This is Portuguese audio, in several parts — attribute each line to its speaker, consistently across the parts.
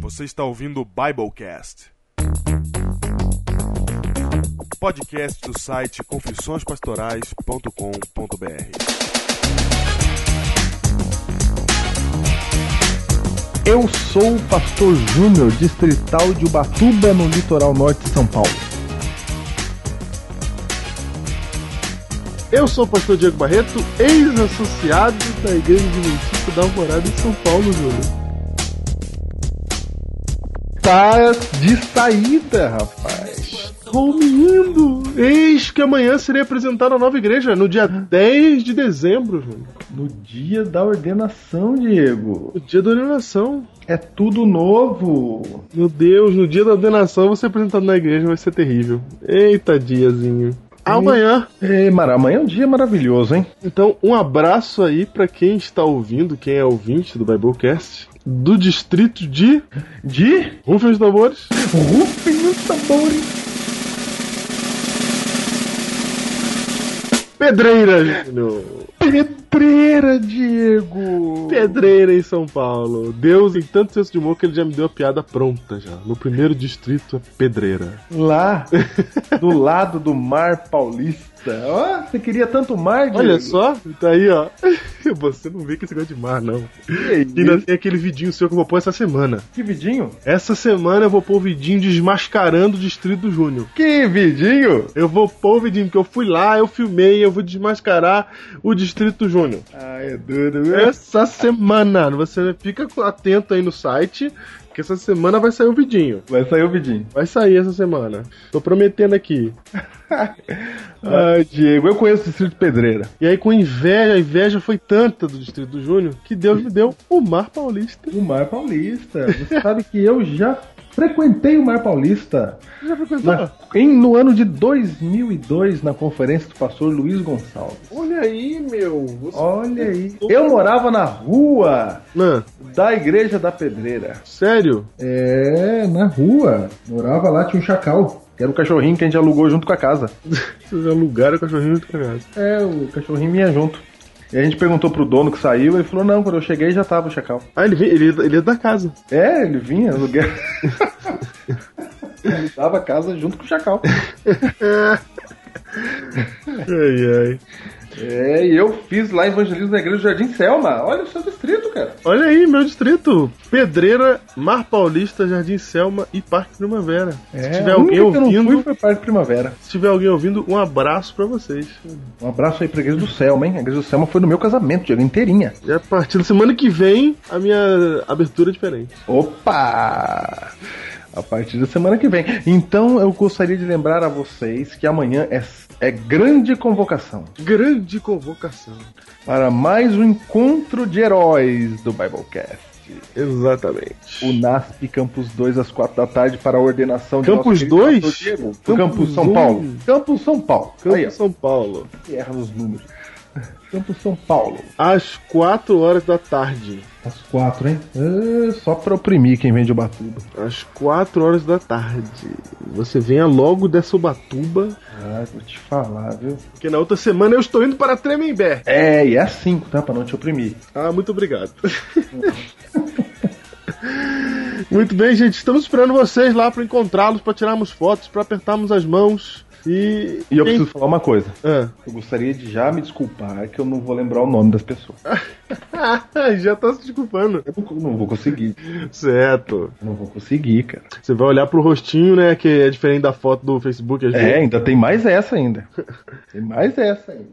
Speaker 1: Você está ouvindo o Biblecast. Podcast do site confissõespastorais.com.br.
Speaker 2: Eu sou o Pastor Júnior, distrital de Ubatuba, no litoral norte de São Paulo.
Speaker 3: Eu sou o pastor Diego Barreto, ex-associado da Igreja Adventista da Alvorada em São Paulo, Júlio.
Speaker 2: Tá de saída, rapaz.
Speaker 3: Rominho, eis que amanhã serei apresentado a nova igreja, no dia 10 de dezembro, Júlio.
Speaker 2: No dia da ordenação, Diego.
Speaker 3: No dia da ordenação.
Speaker 2: É tudo novo.
Speaker 3: Meu Dedeus, no dia da ordenação você apresentado na igreja vai ser terrível. Eita diazinho. Amanhã.
Speaker 2: Ei, Mara, amanhã é um dia maravilhoso, hein?
Speaker 3: Então, um abraço aí pra quem está ouvindo, quem é ouvinte do Biblecast, do distrito de
Speaker 2: De
Speaker 3: Rufem os Tambores.
Speaker 2: rufem os tambores.
Speaker 3: Pedreira, Júnior.
Speaker 2: Pedreira, Diego.
Speaker 3: Pedreira em São Paulo. Deus em tanto senso de humor que ele já me deu a piada pronta já. No primeiro distrito é Pedreira.
Speaker 2: Lá, do lado do mar paulista. Ó, você queria tanto mar, Diego?
Speaker 3: Olha só, tá aí ó. Você não vê que esse negócio de mar não. E ainda
Speaker 2: Que,
Speaker 3: tem aquele vidinho seu que eu vou pôr essa semana.
Speaker 2: que vidinho.
Speaker 3: Essa semana eu vou pôr o vidinho desmascarando o Distrito do Júnior.
Speaker 2: Que vidinho.
Speaker 3: Eu vou pôr o vidinho, porque eu fui lá, eu filmei, eu vou desmascarar o Distrito do Júnior.
Speaker 2: Ah, é duro,
Speaker 3: Essa semana, você fica atento aí no site, que essa semana vai sair o vidinho.
Speaker 2: Vai sair o vidinho.
Speaker 3: Vai sair essa semana. Tô prometendo aqui.
Speaker 2: Ah, Diego, eu conheço o Distrito Pedreira.
Speaker 3: E aí, com inveja, a inveja foi tanta do Distrito do Júnior que Deus me deu o Mar Paulista.
Speaker 2: O Mar Paulista. Você sabe que eu já frequentei o Mar Paulista
Speaker 3: Você já frequentou?
Speaker 2: na- em- no ano de 2002 na conferência do pastor Luiz Gonçalves.
Speaker 3: Olha aí, meu. Você...
Speaker 2: Olha aí. Eu morava na rua
Speaker 3: Não,
Speaker 2: da Igreja da Pedreira.
Speaker 3: sério?
Speaker 2: É, na rua. Morava lá, tinha um chacal. Que era o cachorrinho que a gente alugou junto com a casa.
Speaker 3: Vocês alugaram o cachorrinho muito cagado.
Speaker 2: É, o cachorrinho vinha junto. E a gente perguntou pro dono que saiu, ele falou, não, quando eu cheguei já tava o chacal.
Speaker 3: Ah, ele, vem- ele, ele é da casa.
Speaker 2: É, ele vinha alugar. ele dava casa junto com o Chacal.
Speaker 3: Ai, ai.
Speaker 2: É, e eu fiz lá evangelismo na igreja do Jardim Selma. Olha o seu distrito, cara.
Speaker 3: Olha aí, meu distrito. Pedreira, Mar Paulista, Jardim Selma e Parque Primavera. se tiver alguém
Speaker 2: É, que eu não fui
Speaker 3: ouvindo,
Speaker 2: foi Parque Primavera.
Speaker 3: se tiver alguém ouvindo, um abraço pra vocês.
Speaker 2: Um abraço aí pra igreja do Selma, hein? A igreja do Selma foi no meu casamento, Diego, inteirinha.
Speaker 3: E a partir da semana que vem, a minha abertura é diferente.
Speaker 2: Opa! A partir da semana que vem. Então eu gostaria de lembrar a vocês que amanhã é, é grande convocação
Speaker 3: Grande convocação.
Speaker 2: para mais um encontro de heróis do Biblecast.
Speaker 3: Exatamente.
Speaker 2: o NASP Campus 2 às 4 da tarde para a ordenação
Speaker 3: Campus
Speaker 2: de nosso querido
Speaker 3: 2?
Speaker 2: pastor Diego, do
Speaker 3: Campus
Speaker 2: Campus, São
Speaker 3: 1.
Speaker 2: Paulo. Campus São Paulo.
Speaker 3: Campo
Speaker 2: Aí, ó,
Speaker 3: São Paulo.
Speaker 2: que erra nos números. Campus São Paulo.
Speaker 3: Às 4 horas da tarde.
Speaker 2: Às 4, hein? É, só para oprimir quem vende o Batuba.
Speaker 3: Às 4 horas da tarde. Você venha logo dessa Ubatuba.
Speaker 2: Ah, vou te falar, viu?
Speaker 3: Porque na outra semana eu estou indo para Tremembé.
Speaker 2: É, e é às 5, tá? Para não te oprimir.
Speaker 3: Ah, muito obrigado. muito bem, gente. Estamos esperando vocês lá para encontrá-los, para tirarmos fotos, para apertarmos as mãos. E.
Speaker 2: E eu
Speaker 3: Quem-
Speaker 2: preciso falar uma coisa.
Speaker 3: Ah.
Speaker 2: Eu gostaria de já me desculpar que eu não vou lembrar o nome das pessoas.
Speaker 3: Já tá se desculpando.
Speaker 2: Eu não, não vou conseguir.
Speaker 3: Certo.
Speaker 2: Não vou conseguir, cara.
Speaker 3: Você vai olhar pro rostinho, né? Que é diferente da foto do Facebook. às vezes.
Speaker 2: É, ainda tem mais essa ainda. Tem mais essa ainda.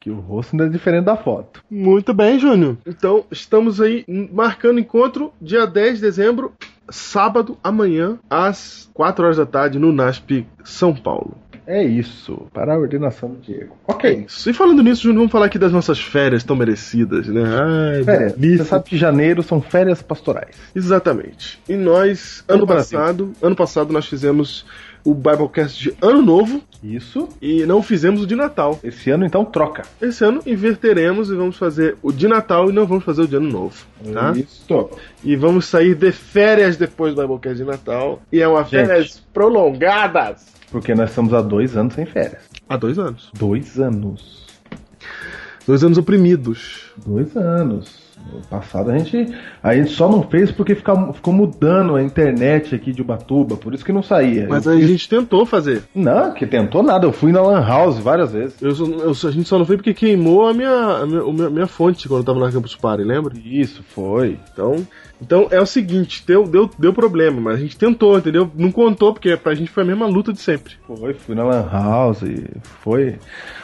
Speaker 2: Que o rosto ainda é diferente da foto.
Speaker 3: Muito bem, Júnior. Então, estamos aí n- marcando encontro dia 10 de dezembro, sábado, amanhã, às 4 horas da tarde, no NASP São Paulo.
Speaker 2: É isso. Para a ordenação do Diego. Ok.
Speaker 3: Isso. E falando nisso, Júnior, vamos falar aqui das nossas férias tão merecidas, né? Ai,
Speaker 2: Férias.
Speaker 3: delícia.
Speaker 2: Você sabe que janeiro são férias pastorais.
Speaker 3: Exatamente. E nós, ano,
Speaker 2: Ano Brasil.
Speaker 3: passado, ano passado nós fizemos o Biblecast de Ano Novo
Speaker 2: Isso.
Speaker 3: e não fizemos o de Natal.
Speaker 2: Esse ano, então, troca.
Speaker 3: Esse ano inverteremos e vamos fazer o de Natal e não vamos fazer o de Ano Novo, tá?
Speaker 2: Isso.
Speaker 3: E vamos sair de férias depois do Biblecast de Natal. E é uma
Speaker 2: Gente.
Speaker 3: férias prolongadas.
Speaker 2: Porque nós estamos há dois anos sem férias.
Speaker 3: Há dois anos.
Speaker 2: Dois anos.
Speaker 3: Dois anos oprimidos.
Speaker 2: Dois anos. No passado a gente, a gente só não fez porque fica, ficou mudando a internet aqui de Ubatuba, por isso que não saía.
Speaker 3: Mas
Speaker 2: Eu
Speaker 3: a
Speaker 2: fiz-
Speaker 3: gente tentou fazer.
Speaker 2: Não, que tentou nada. Eu fui na Lan House várias vezes.
Speaker 3: Eu, só- eu só- a gente só não foi porque queimou a minha, a minha, o meu- minha fonte quando eu tava na Campus Party, lembra?
Speaker 2: Isso, foi.
Speaker 3: Então, então é o seguinte, deu, deu, deu problema, mas a gente tentou, entendeu? Não contou, porque pra gente foi a mesma luta de sempre.
Speaker 2: Foi, fui na Lan House, foi.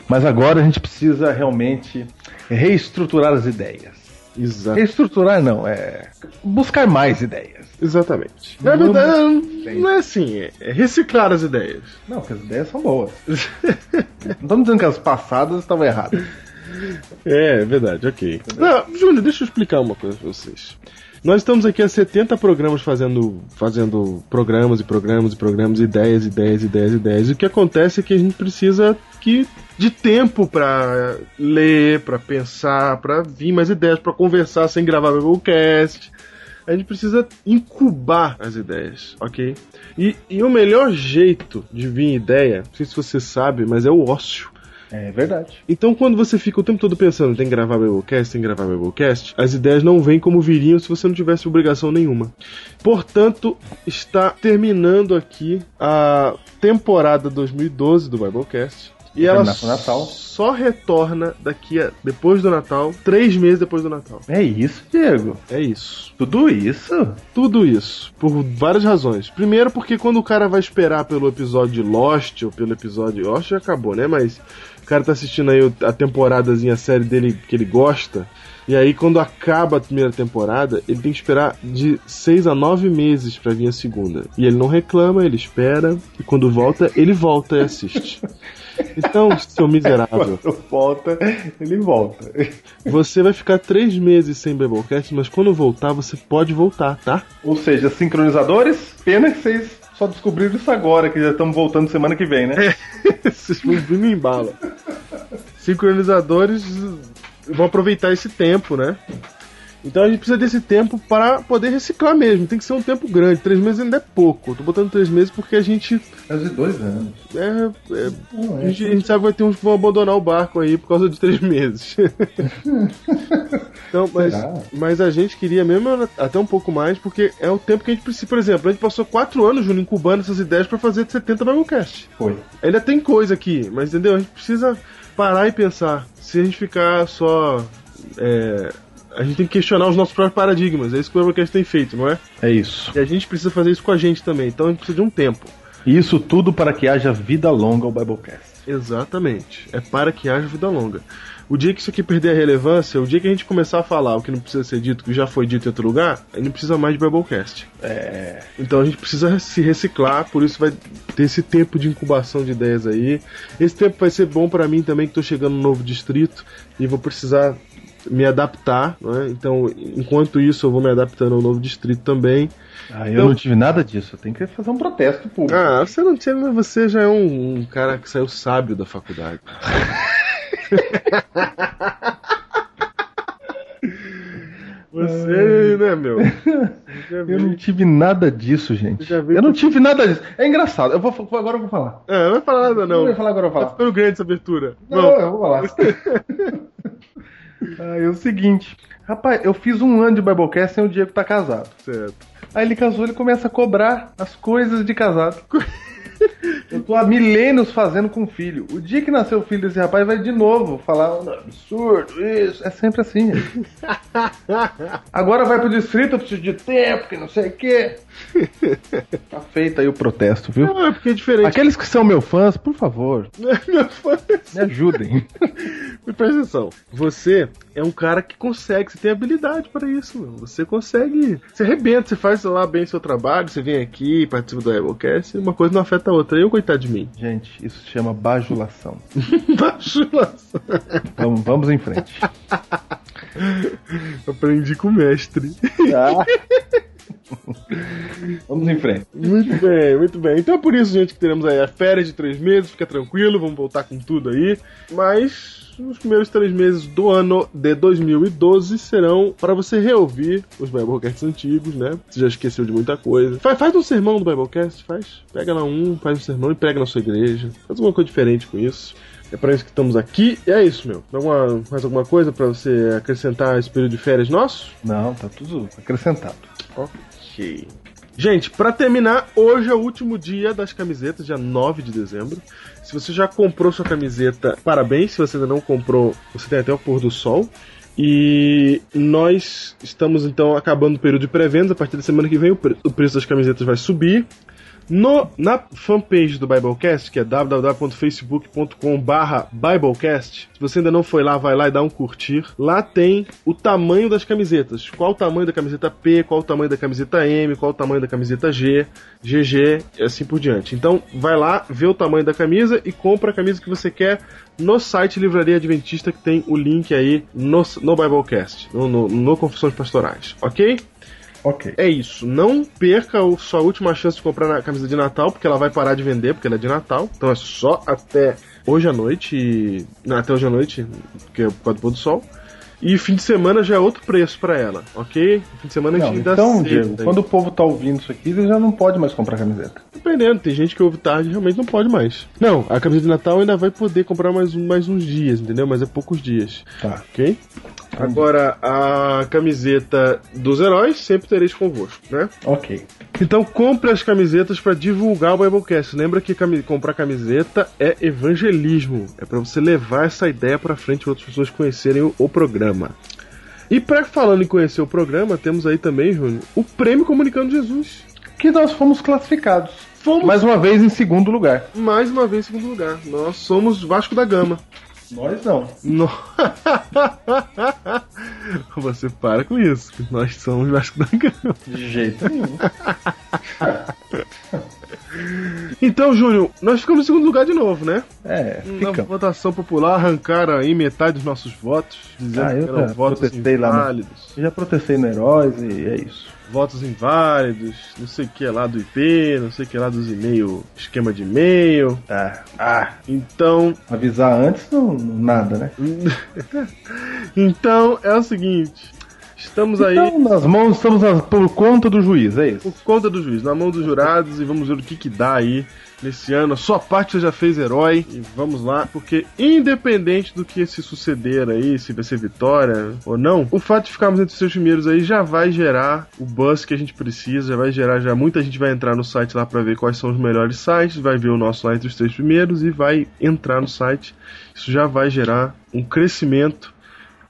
Speaker 2: Mas agora a gente precisa realmente reestruturar as ideias.
Speaker 3: Exato.
Speaker 2: Reestruturar não, é buscar mais ideias.
Speaker 3: Exatamente. Na
Speaker 2: Vamos-
Speaker 3: verdade, não é assim, é é reciclar as ideias.
Speaker 2: Não, porque as ideias são boas. não estamos dizendo que as passadas estavam erradas.
Speaker 3: É, é verdade, ok. Não, Júnior, deixa eu explicar uma coisa pra vocês. Nós estamos aqui há 70 programas fazendo, fazendo programas e programas e programas, ideias, ideias, ideias, ideias. E o que acontece é que a gente precisa que, de tempo pra ler, pra pensar, pra vir mais ideias, pra conversar sem gravar o cast. A gente precisa incubar as ideias, ok? E, e o melhor jeito de vir ideia, não sei se você sabe, mas é o ócio.
Speaker 2: É verdade.
Speaker 3: Então, quando você fica o tempo todo pensando, tem que gravar Biblecast, tem que gravar Biblecast, as ideias não vêm como viriam se você não tivesse obrigação nenhuma. Portanto, está terminando aqui a temporada 2012 do Biblecast. E ela
Speaker 2: terminar com o Natal.
Speaker 3: só retorna daqui a, depois do Natal, três meses depois do Natal.
Speaker 2: É isso, Diego.
Speaker 3: É isso.
Speaker 2: Tudo isso?
Speaker 3: Tudo isso, por várias razões. Primeiro, porque quando o cara vai esperar pelo episódio de Lost, ou pelo episódio. Lost já acabou, né? Mas o cara tá assistindo aí o- a temporadazinha, a série dele que ele gosta. E aí, quando acaba a primeira temporada, ele tem que esperar de seis a nove meses pra vir a segunda. E ele não reclama, ele espera. E quando volta, ele volta e assiste. Então, seu miserável.
Speaker 2: Quando volta, ele volta.
Speaker 3: Você vai ficar três meses sem Bebelcast, mas quando voltar, você pode voltar, tá?
Speaker 2: Ou seja, sincronizadores, pena que vocês só descobriram isso agora, que já estamos voltando semana que vem, né?
Speaker 3: Vocês vão vir no embalo. Sincronizadores vão aproveitar esse tempo, né? Então a gente precisa desse tempo para poder reciclar mesmo. Tem que ser um tempo grande. Três meses ainda é pouco. Eu tô botando três meses porque a gente.
Speaker 2: É de dois anos.
Speaker 3: é, é, a gente, a gente sabe que vai ter uns que vão abandonar o barco aí por causa de três meses. então, mas,
Speaker 2: Será?
Speaker 3: mas a gente queria mesmo até um pouco mais, porque é o tempo que a gente precisa. Por exemplo, a gente passou quatro anos, Júnior, incubando essas ideias para fazer 70 Biblecast.
Speaker 2: Foi.
Speaker 3: Ainda tem coisa aqui, mas entendeu? A gente precisa parar e pensar. Se a gente ficar só. é, a gente tem que questionar os nossos próprios paradigmas. É isso que o Evercast tem feito, não é?
Speaker 2: É isso.
Speaker 3: E a gente precisa fazer isso com a gente também. Então a gente precisa de um tempo.
Speaker 2: E isso tudo para que haja vida longa ao Biblecast.
Speaker 3: Exatamente. É para que haja vida longa. O dia que isso aqui perder a relevância, o dia que a gente começar a falar o que não precisa ser dito, que já foi dito em outro lugar, a gente não precisa mais de Biblecast.
Speaker 2: É.
Speaker 3: Então a gente precisa se reciclar, por isso vai ter esse tempo de incubação de ideias aí. Esse tempo vai ser bom pra mim também, que tô chegando no novo distrito e vou precisar me adaptar, né? Então, enquanto isso, eu vou me adaptando ao novo distrito também.
Speaker 2: Ah, eu
Speaker 3: Então-
Speaker 2: não tive nada disso. Eu tenho que fazer um protesto público.
Speaker 3: Ah, você não tinha, mas você já é um, um cara que saiu sábio da faculdade. você, né, meu? Já
Speaker 2: Eu não
Speaker 3: vi.
Speaker 2: tive nada disso, gente.
Speaker 3: Já vi
Speaker 2: Eu não tive nada disso. É engraçado. Eu vou, vou- agora eu vou falar.
Speaker 3: É, não vai falar nada,
Speaker 2: Eu
Speaker 3: não.
Speaker 2: vou falar agora, eu vou
Speaker 3: Tá
Speaker 2: falar.
Speaker 3: ficando grande essa abertura. tá
Speaker 2: Não, eu vou falar. ah, é o seguinte. Rapaz, eu fiz um ano de Biblecast sem o Diego tá casado.
Speaker 3: Certo.
Speaker 2: Aí ele casou, ele começa a cobrar as coisas de casado. Eu tô há milênios fazendo com o filho. O dia que nasceu o filho desse rapaz, vai de novo falar "Não, absurdo, isso. É sempre assim. gente. Agora vai pro distrito, eu preciso de tempo, que não sei o quê. Tá feito aí o protesto, viu?
Speaker 3: Não, é porque é diferente.
Speaker 2: Aqueles que são meus fãs, por favor,
Speaker 3: Meu fã,
Speaker 2: me ajudem.
Speaker 3: Presta atenção. Você é um cara que consegue, você tem habilidade para isso, meu. Você consegue. Você arrebenta, você faz lá bem o seu trabalho, você vem aqui, participa do Rebelcast, uma coisa não afeta a outra. Eu, coitado de mim.
Speaker 2: Gente, isso se chama bajulação.
Speaker 3: Tá chulação.
Speaker 2: Vamos, vamos em frente.
Speaker 3: Aprendi com o mestre.
Speaker 2: Tá? Vamos em frente.
Speaker 3: Muito bem, muito bem. Então é por isso, gente, que teremos aí a férias de três meses. Fica tranquilo, vamos voltar com tudo aí. Mas os primeiros três meses do ano de 2012 serão para você reouvir os Biblecasts antigos, né? Você já esqueceu de muita coisa. Faz, faz um sermão do Biblecast, faz. Pega lá um, faz um sermão e prega na sua igreja. Faz alguma coisa diferente com isso. É pra isso que estamos aqui. E é isso, meu. Alguma, mais alguma coisa pra você acrescentar esse período de férias nosso?
Speaker 2: Não, tá tudo acrescentado.
Speaker 3: Ok. Gente, pra terminar, hoje é o último dia das camisetas, dia 9 de dezembro. Se você já comprou sua camiseta, parabéns. Se você ainda não comprou, você tem até o pôr do sol. E nós estamos então acabando o período de pré-venda. A partir da semana que vem o, pre- o preço das camisetas vai subir. No, na fanpage do Biblecast, que é www.facebook.com/barra Biblecast, se você ainda não foi lá, vai lá e dá um curtir. Lá tem o tamanho das camisetas. Qual o tamanho da camiseta P, qual o tamanho da camiseta M, qual o tamanho da camiseta G, GG e assim por diante. Então, vai lá, vê o tamanho da camisa e compra a camisa que você quer no site Livraria Adventista, que tem o link aí no, no Biblecast, no, no, no Confissões Pastorais, ok?
Speaker 2: Ok.
Speaker 3: É isso. Não perca o- sua última chance de comprar na camisa de Natal, porque ela vai parar de vender, porque ela é de Natal. Então é só até hoje à noite. e- Não, até hoje à noite, porque é por causa do pôr do sol. E fim de semana já é outro preço pra ela, ok? Fim de semana a
Speaker 2: Não,
Speaker 3: gente ainda
Speaker 2: então,
Speaker 3: cedo,
Speaker 2: Diego,
Speaker 3: ainda.
Speaker 2: quando o povo tá ouvindo isso aqui, ele já não pode mais comprar camiseta.
Speaker 3: Dependendo, tem gente que ouve tarde e realmente não pode mais. Não, a camisa de Natal ainda vai poder comprar mais, um- mais uns dias, entendeu? Mas é poucos dias.
Speaker 2: Tá.
Speaker 3: Ok? Agora, a camiseta dos heróis sempre tereis convosco, né?
Speaker 2: Ok.
Speaker 3: Então compre as camisetas pra divulgar o Biblecast. Lembra que cami- comprar camiseta é evangelismo. É pra você levar essa ideia pra frente e outras pessoas conhecerem o, o programa. E pra falando em conhecer o programa, temos aí também, Júnior, o Prêmio Comunicando Jesus.
Speaker 2: Que nós fomos classificados.
Speaker 3: Fomos
Speaker 2: Mais uma vez em segundo lugar.
Speaker 3: mais uma vez em segundo lugar. Nós somos Vasco da Gama.
Speaker 2: Nós não.
Speaker 3: No- Você para com isso. que Nós somos Vasco da Gama.
Speaker 2: De jeito nenhum.
Speaker 3: Então, Júnior, nós ficamos em segundo lugar de novo, né?
Speaker 2: É,
Speaker 3: Na
Speaker 2: fica.
Speaker 3: votação popular arrancaram aí metade dos nossos votos, dizendo
Speaker 2: Ah, eu
Speaker 3: que eram
Speaker 2: já
Speaker 3: votos
Speaker 2: protestei lá, né?
Speaker 3: inválidos,
Speaker 2: Eu já protestei no Heróis e é isso.
Speaker 3: votos inválidos, não sei o que lá do IP, não sei o que lá dos e-mail, esquema de e-mail.
Speaker 2: Ah, ah,
Speaker 3: Então,
Speaker 2: avisar antes, não, não- nada, né?
Speaker 3: então é o seguinte, estamos aí
Speaker 2: Então, nas mãos, estamos nas- por conta do juiz, é isso.
Speaker 3: por conta do juiz, na mão dos jurados e vamos ver o que que dá aí nesse ano. A sua parte você já fez herói e vamos lá, porque independente do que se suceder aí, se vai ser vitória ou não, o fato de ficarmos entre os seus primeiros aí já vai gerar o buzz que a gente precisa, já vai gerar, já muita gente vai entrar no site lá pra ver quais são os melhores sites, vai ver o nosso lá entre os três primeiros e vai entrar no site. Isso já vai gerar um crescimento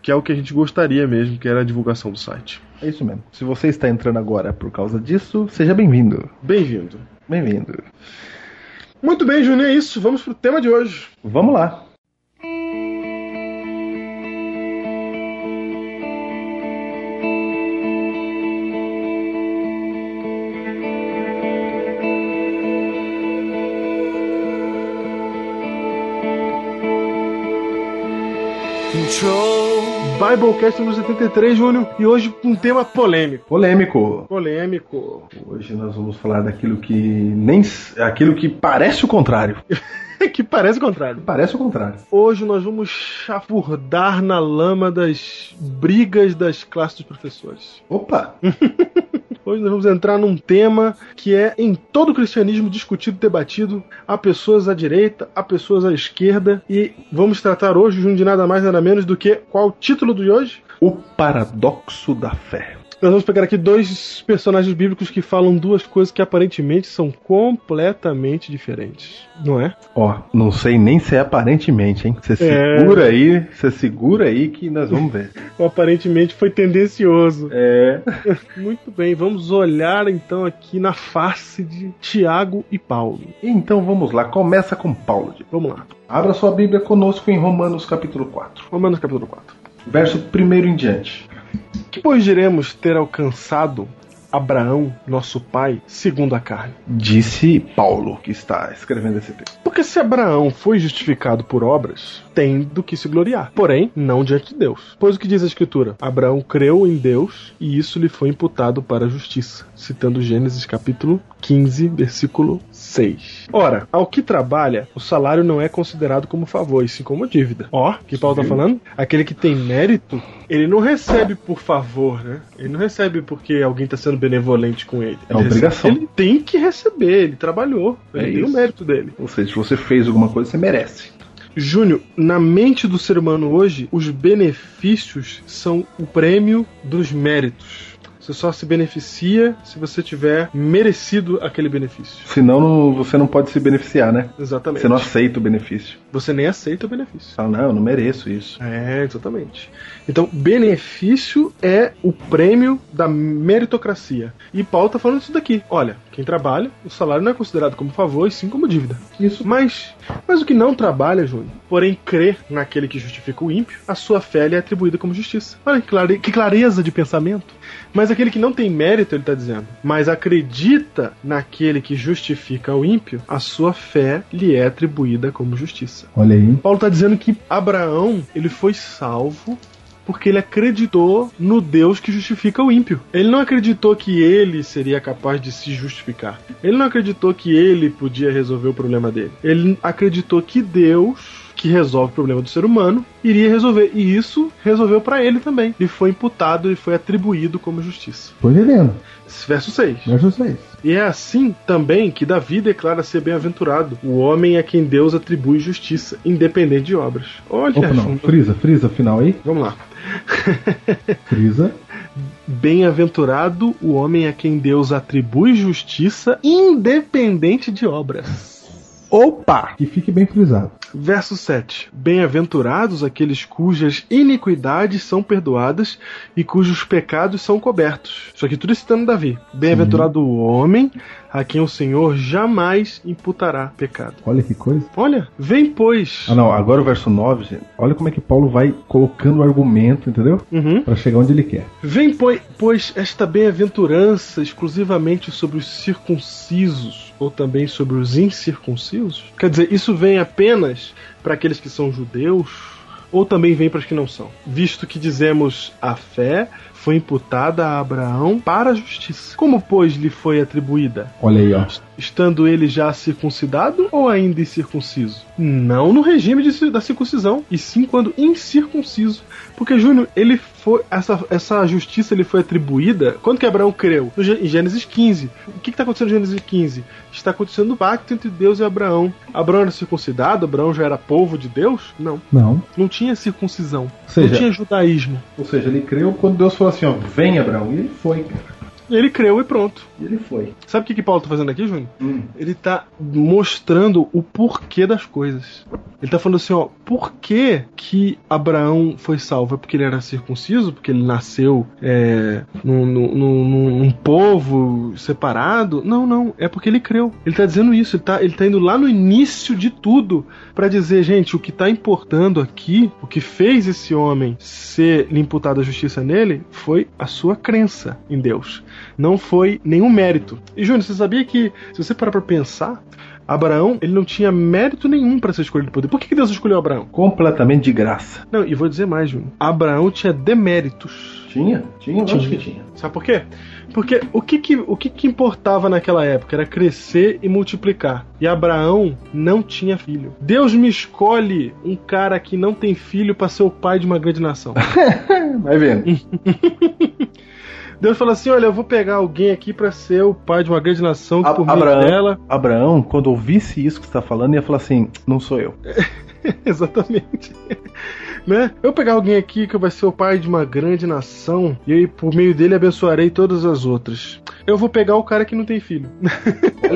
Speaker 3: que é o que a gente gostaria mesmo, que era a divulgação do site.
Speaker 2: É isso mesmo. Se você está entrando agora por causa disso, seja bem-vindo.
Speaker 3: Bem-vindo.
Speaker 2: Bem-vindo.
Speaker 3: Muito bem, Juninho, é isso. Vamos pro tema de hoje.
Speaker 2: Vamos lá.
Speaker 3: Biblecast número 73, Júnior, e hoje com um tema polêmico.
Speaker 2: Polêmico.
Speaker 3: Polêmico.
Speaker 2: Hoje nós vamos falar daquilo que nem. s- aquilo que parece o contrário.
Speaker 3: que parece o contrário.
Speaker 2: Parece o contrário.
Speaker 3: Hoje nós vamos chafurdar na lama das brigas das classes dos professores.
Speaker 2: Opa!
Speaker 3: Hoje nós vamos entrar num tema que é em todo o cristianismo discutido, debatido. Há pessoas à direita, há pessoas à esquerda. E vamos tratar hoje, Júnior, de nada mais nada menos do que qual o título de hoje?
Speaker 2: O paradoxo da fé.
Speaker 3: Nós vamos pegar aqui dois personagens bíblicos que falam duas coisas que aparentemente são completamente diferentes. Não é?
Speaker 2: Ó, não sei nem se é aparentemente, hein? Você
Speaker 3: É.
Speaker 2: segura aí, você segura aí que nós vamos ver.
Speaker 3: O aparentemente foi tendencioso.
Speaker 2: É.
Speaker 3: Muito bem, vamos olhar então aqui na face de Tiago e Paulo.
Speaker 2: Então vamos lá, começa com Paulo. Diego.
Speaker 3: Vamos lá.
Speaker 2: Abra sua Bíblia conosco em Romanos capítulo 4,
Speaker 3: Romanos capítulo 4.
Speaker 2: verso 1 em diante.
Speaker 3: Que pois diremos ter alcançado Abraão, nosso pai, segundo a carne?
Speaker 2: Disse Paulo, que está escrevendo esse texto.
Speaker 3: Porque se Abraão foi justificado por obras, tem do que se gloriar, porém, não diante de Deus. Pois o que diz a Escritura? Abraão creu em Deus e isso lhe foi imputado para a justiça, citando Gênesis capítulo 15, versículo 6. Ora, ao que trabalha, o salário não é considerado como favor, e sim como dívida. Ó, que Paulo tá falando? Aquele que tem mérito, ele não recebe por favor, né? Ele não recebe porque alguém tá sendo benevolente com ele.
Speaker 2: É
Speaker 3: Ele recebe-
Speaker 2: obrigação.
Speaker 3: Ele tem que receber, ele trabalhou, ele
Speaker 2: É
Speaker 3: tem o
Speaker 2: isso.
Speaker 3: mérito dele.
Speaker 2: Ou seja, se você fez alguma coisa, você merece.
Speaker 3: Júnior, na mente do ser humano hoje, os benefícios são o prêmio dos méritos. Você só se beneficia se você tiver merecido aquele benefício.
Speaker 2: Senão não- você não pode se beneficiar, né?
Speaker 3: Exatamente.
Speaker 2: Você não aceita o benefício.
Speaker 3: Você nem aceita o benefício.
Speaker 2: Fala, não, eu não mereço isso.
Speaker 3: É, exatamente. Então, benefício é o prêmio da meritocracia. E Paulo tá falando isso daqui. Olha, quem trabalha, o salário não é considerado como favor e sim como dívida.
Speaker 2: Isso.
Speaker 3: Mas, mas o que não trabalha, Júnior, porém crer naquele que justifica o ímpio, a sua fé lhe é atribuída como justiça. Olha que, clare- que clareza de pensamento. Mas aquele que não tem mérito, ele está dizendo, mas acredita naquele que justifica o ímpio, a sua fé lhe é atribuída como justiça.
Speaker 2: Olha aí.
Speaker 3: Paulo está dizendo que Abraão ele foi salvo porque ele acreditou no Deus que justifica o ímpio. Ele não acreditou que ele seria capaz de se justificar. Ele não acreditou que ele podia resolver o problema dele. Ele acreditou que Deus que resolve o problema do ser humano, iria resolver. E isso resolveu para ele também. E foi imputado e foi atribuído como justiça.
Speaker 4: Tô entendendo.
Speaker 3: Verso 6.
Speaker 4: Verso 6.
Speaker 3: E é assim também que Davi declara ser bem-aventurado, o homem a quem Deus atribui justiça, independente de obras. Olha,
Speaker 4: Opa, não.
Speaker 3: Júnior.
Speaker 4: Frisa, frisa, final aí.
Speaker 3: vamos lá.
Speaker 4: Frisa.
Speaker 3: Bem-aventurado o homem a quem Deus atribui justiça, independente de obras. Opa!
Speaker 4: Que fique bem frisado.
Speaker 3: Verso 7. Bem-aventurados aqueles cujas iniquidades são perdoadas e cujos pecados são cobertos. Isso aqui tudo citando Davi. Bem-aventurado o homem a quem o Senhor jamais imputará pecado.
Speaker 4: Olha que coisa.
Speaker 3: Olha, vem pois.
Speaker 2: Ah, não, agora o verso 9, gente.
Speaker 4: Olha como é que Paulo vai colocando o argumento, entendeu?
Speaker 3: Uhum.
Speaker 4: Pra chegar onde ele quer.
Speaker 3: Vem pois, pois esta bem-aventurança exclusivamente sobre os circuncisos ou também sobre os incircuncisos? Quer dizer, isso vem apenas para aqueles que são judeus ou também vem para os que não são? Visto que dizemos a fé foi imputada a Abraão para a justiça. Como pois lhe foi atribuída?
Speaker 4: Olha aí, ó.
Speaker 3: estando ele já circuncidado ou ainda incircunciso? Não no regime de ci- da circuncisão, e sim quando incircunciso. Porque, Júnior, ele foi. Essa, essa justiça ele foi atribuída. Quando que Abraão creu? No Gê- em Gênesis 15. O que está acontecendo em Gênesis 15? Está acontecendo o pacto entre Deus e Abraão. Abraão era circuncidado? Abraão já era povo de Deus? Não.
Speaker 4: Não.
Speaker 3: Não tinha circuncisão.
Speaker 4: Ou
Speaker 3: Não
Speaker 4: seja,
Speaker 3: tinha judaísmo.
Speaker 2: Ou seja, ele creu quando Deus falou assim, ó, vem Abraão. E ele foi, cara.
Speaker 3: Ele creu e pronto.
Speaker 2: E ele foi.
Speaker 3: Sabe o que, que Paulo tá fazendo aqui, Júnior? ele tá mostrando o porquê das coisas. Ele tá falando assim, ó, por que que Abraão foi salvo? É porque ele era circunciso? Porque ele nasceu é, num, num- num- num povo separado? Não, não, é porque ele creu. Ele tá dizendo isso, ele tá, ele tá indo lá no início de tudo pra dizer, gente, o que tá importando aqui, o que fez esse homem ser lhe imputado a justiça nele, foi a sua crença em Deus. Não foi nenhum mérito. E, Júnior, você sabia que se você parar pra pensar, Abraão, ele não tinha mérito nenhum pra ser escolhido por Deus. Por que que Deus escolheu Abraão?
Speaker 2: Completamente de graça.
Speaker 3: Não, e vou dizer mais, Júnior. Abraão tinha deméritos.
Speaker 2: Tinha? Tinha,
Speaker 3: Tinha.
Speaker 2: acho que tinha.
Speaker 3: Sabe por quê? Porque o que, que, o que, que importava naquela época era crescer e multiplicar. E Abraão não tinha filho. Deus me escolhe um cara que não tem filho pra ser o pai de uma grande nação.
Speaker 2: É, Vai vendo.
Speaker 4: Hum.
Speaker 3: Deus fala assim: olha, eu vou pegar alguém aqui pra ser o pai de uma grande nação que
Speaker 2: A-
Speaker 3: por meio
Speaker 2: Abraão.
Speaker 3: dela.
Speaker 2: Abraão, quando ouvisse isso que você tá falando, ia falar assim, não sou eu.
Speaker 3: Exatamente. né? Eu pegar alguém aqui que vai ser o pai de uma grande nação e aí por meio dele abençoarei todas as outras. Eu vou pegar o cara que não tem filho.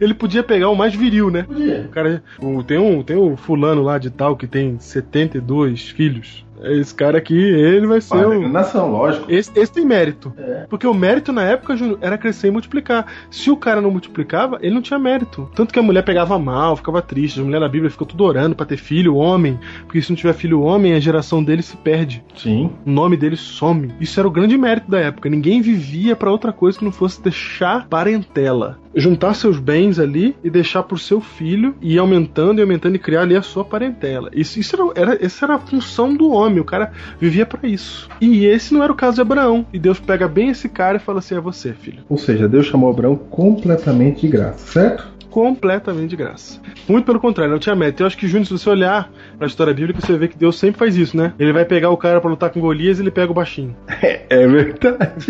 Speaker 3: Ele podia pegar o mais viril, né? O cara, o- tem um, tem um fulano lá de tal que tem 72 filhos. É Esse cara aqui, ele vai ser o
Speaker 2: Nação, lógico.
Speaker 3: esse, esse tem mérito.
Speaker 2: É.
Speaker 3: Porque o mérito na época Júnior, era crescer e multiplicar. Se o cara não multiplicava, ele não tinha mérito. Tanto que a mulher pegava mal, ficava triste. A mulher na Bíblia ficou tudo orando pra ter filho, homem. Porque se não tiver filho homem, a geração dele se perde.
Speaker 2: Sim.
Speaker 3: O nome dele some. Isso era o grande mérito da época. Ninguém vivia pra outra coisa que não fosse deixar parentela. Juntar seus bens ali e deixar pro seu filho e ir aumentando e aumentando e criar ali a sua parentela. Isso, isso era, era- essa era a função do homem. O cara vivia pra isso. E esse não era o caso de Abraão. E Deus pega bem esse cara e fala assim: é você, filho.
Speaker 4: Ou seja, Deus chamou Abraão completamente de graça, certo?
Speaker 3: Completamente de graça. Muito pelo contrário, não tinha mérito. Eu acho que, Júnior, se você olhar pra história bíblica, você vê que Deus sempre faz isso, né? Ele vai pegar o cara pra lutar com Golias e ele pega o baixinho.
Speaker 2: É verdade.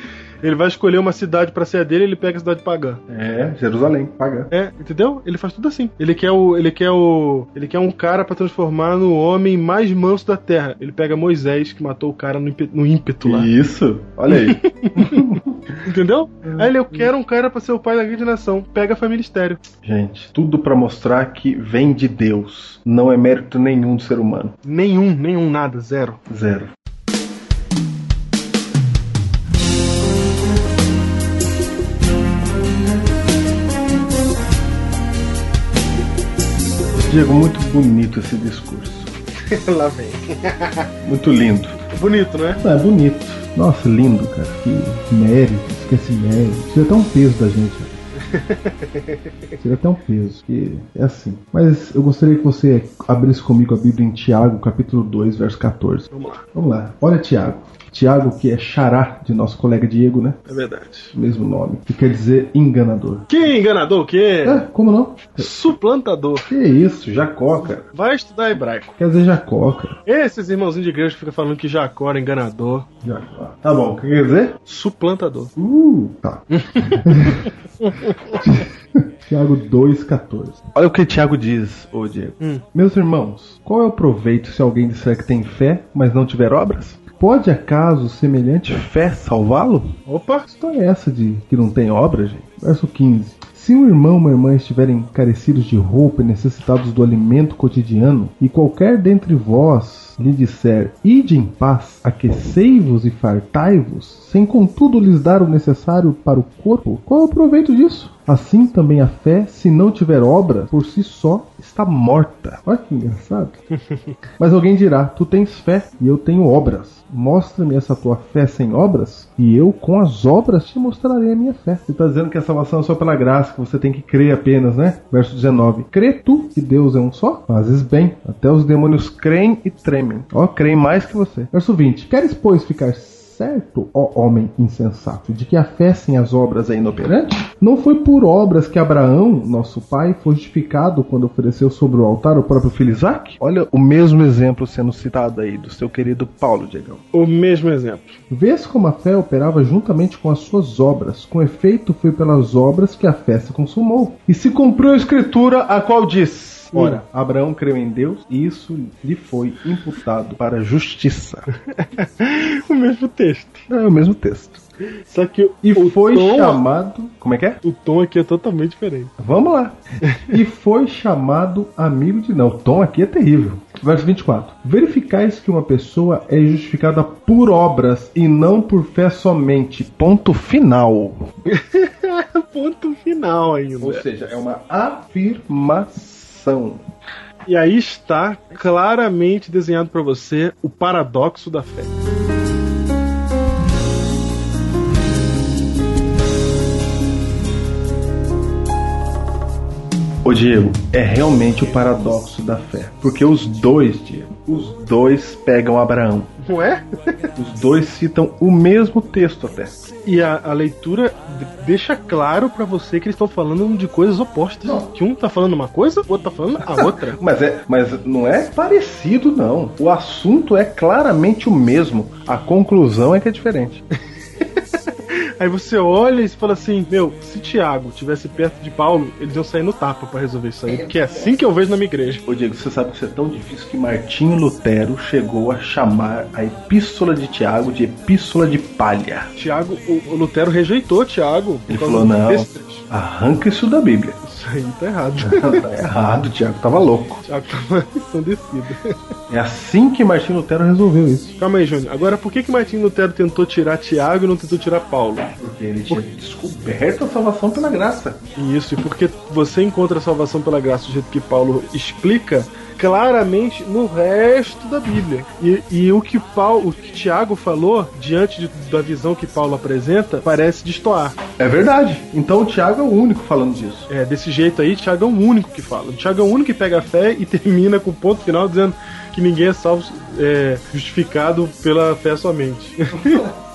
Speaker 3: Ele vai escolher uma cidade pra ser a dele, ele pega a cidade pagã.
Speaker 5: É, Jerusalém, pagã.
Speaker 3: É, entendeu? Ele faz tudo assim. Ele quer o, ele quer o, ele quer um cara pra transformar no homem mais manso da terra. Ele pega Moisés que matou o cara no, ímpe- no ímpeto lá.
Speaker 5: Isso, olha aí.
Speaker 3: Entendeu? Aí ele eu quero um cara pra ser o pai da grande nação. Pega a família estéreo.
Speaker 5: Gente, tudo pra mostrar que vem de Deus. Não é mérito nenhum do ser humano.
Speaker 3: Nenhum, nenhum nada, zero.
Speaker 5: Zero. Diego, muito bonito esse discurso.
Speaker 3: lá vem.
Speaker 5: Muito lindo.
Speaker 3: Bonito, né?
Speaker 2: Ah, é bonito. Nossa, lindo, cara. Que mérito, esquece mérito. Tira até um peso da gente. cara. Tira até um peso, que é assim. Mas eu gostaria que você abrisse comigo a Bíblia em Tiago, capítulo 2, verso 14.
Speaker 3: Vamos lá.
Speaker 2: Vamos lá, olha Tiago. Tiago, que é xará de nosso colega Diego, né?
Speaker 3: É verdade.
Speaker 2: Mesmo nome. Que quer dizer enganador.
Speaker 3: Que enganador, que
Speaker 2: É, como não?
Speaker 3: suplantador.
Speaker 2: Que isso, Jacó, cara.
Speaker 3: Vai estudar hebraico.
Speaker 2: Quer dizer Jacó, cara.
Speaker 3: Esses irmãozinhos de igreja que ficam falando que Jacó era enganador,
Speaker 2: Jacó. Tá bom, o que quer dizer?
Speaker 3: suplantador.
Speaker 2: Uh, tá. Tiago 2,14.
Speaker 5: Olha o que Tiago diz, ô Diego.
Speaker 3: Hum.
Speaker 2: Meus irmãos, qual é o proveito se alguém disser que tem fé, mas não tiver obras? Pode acaso semelhante fé salvá-lo?
Speaker 3: Opa!
Speaker 2: Que história é essa de que não tem obra, gente? Verso 15. Se um irmão ou uma irmã estiverem carecidos de roupa e necessitados do alimento cotidiano, e qualquer dentre vós lhe disser, ide em paz, aquecei-vos e fartai-vos, sem contudo lhes dar o necessário para o corpo, qual é o proveito disso? Assim também a fé, se não tiver obra, por si só está morta. Olha que engraçado. Mas alguém dirá: Tu tens fé e eu tenho obras. Mostra-me essa tua fé sem obras, e eu com as obras te mostrarei a minha fé. Você está dizendo que a salvação é só pela graça, que você tem que crer apenas, né? Verso 19: Crê tu que Deus é um só? Fazes bem. Até os demônios creem e tremem. Ó, creem mais que você. Verso 20: Queres, pois, ficar certo, ó homem insensato, de que a fé sem as obras é inoperante? Não foi por obras que Abraão, nosso pai, foi justificado quando ofereceu sobre o altar o próprio filho Isaac?
Speaker 5: Olha o mesmo exemplo sendo citado aí do seu querido Paulo, Diego.
Speaker 3: O mesmo exemplo.
Speaker 2: Vês como a fé operava juntamente com as suas obras. Com efeito, foi pelas obras que a fé se consumou.
Speaker 5: E se cumpriu a escritura, a qual diz:
Speaker 2: Ora,
Speaker 5: Ora, Abraão creu em Deus e isso lhe foi imputado para justiça.
Speaker 3: O mesmo texto.
Speaker 5: É o mesmo texto.
Speaker 3: Só que
Speaker 2: E
Speaker 3: o
Speaker 2: foi
Speaker 3: tom,
Speaker 2: chamado.
Speaker 5: Como é que é?
Speaker 3: o tom aqui é totalmente diferente.
Speaker 2: Vamos lá. e foi chamado amigo de. Não, o tom aqui é terrível. Verso 24. Verificais que uma pessoa é justificada por obras e não por fé somente.
Speaker 5: Ponto final.
Speaker 3: É um Ponto final
Speaker 2: Ou
Speaker 3: ainda.
Speaker 2: seja, é uma
Speaker 5: Afirmação.
Speaker 3: E aí está claramente desenhado para você o paradoxo da fé.
Speaker 5: Ô Diego, é realmente o paradoxo da fé. Porque os dois, Diego, os dois pegam Abraão.
Speaker 3: Não é?
Speaker 5: Os dois citam o mesmo texto até.
Speaker 3: E a, a leitura de- deixa claro para você que eles estão falando de coisas opostas. Que um tá falando uma coisa, o outro tá falando a outra.
Speaker 5: Mas, é, mas não é parecido, não. O assunto é claramente o mesmo. A conclusão é que é diferente.
Speaker 3: Aí você olha e você fala assim: Meu, se Tiago tivesse perto de Paulo, eles iam sair no tapa pra resolver isso aí. Porque é assim que eu vejo na minha igreja.
Speaker 5: Ô Diego, você sabe que isso é tão difícil que Martinho Lutero chegou a chamar a epístola de Tiago de epístola de palha.
Speaker 3: Tiago, o, o Lutero rejeitou Tiago por
Speaker 5: Ele
Speaker 3: causa
Speaker 5: falou,
Speaker 3: do
Speaker 5: "Não."
Speaker 3: texto. trecho.
Speaker 5: Arranca isso da Bíblia.
Speaker 3: Isso aí tá errado. tá
Speaker 5: tá errado, Tiago tava louco.
Speaker 3: Tiago tava ensandecido.
Speaker 5: É assim que Martinho Lutero resolveu isso.
Speaker 3: Calma aí, Júnior. Agora, por que que Martinho Lutero tentou tirar Tiago e não tentou tirar Paulo?
Speaker 5: Porque ele tinha descoberto a salvação pela graça.
Speaker 3: E Isso, e porque você encontra a salvação pela graça do jeito que Paulo explica claramente no resto da Bíblia. E, e o que Paulo, o que Tiago falou diante de- da visão que Paulo apresenta parece destoar.
Speaker 5: É verdade. Então o Tiago é o único falando disso.
Speaker 3: É, desse jeito aí, Tiago é o único que fala. Tiago é o único que pega a fé e termina com o ponto final dizendo que que ninguém é salvo, é, justificado pela fé somente.
Speaker 6: Você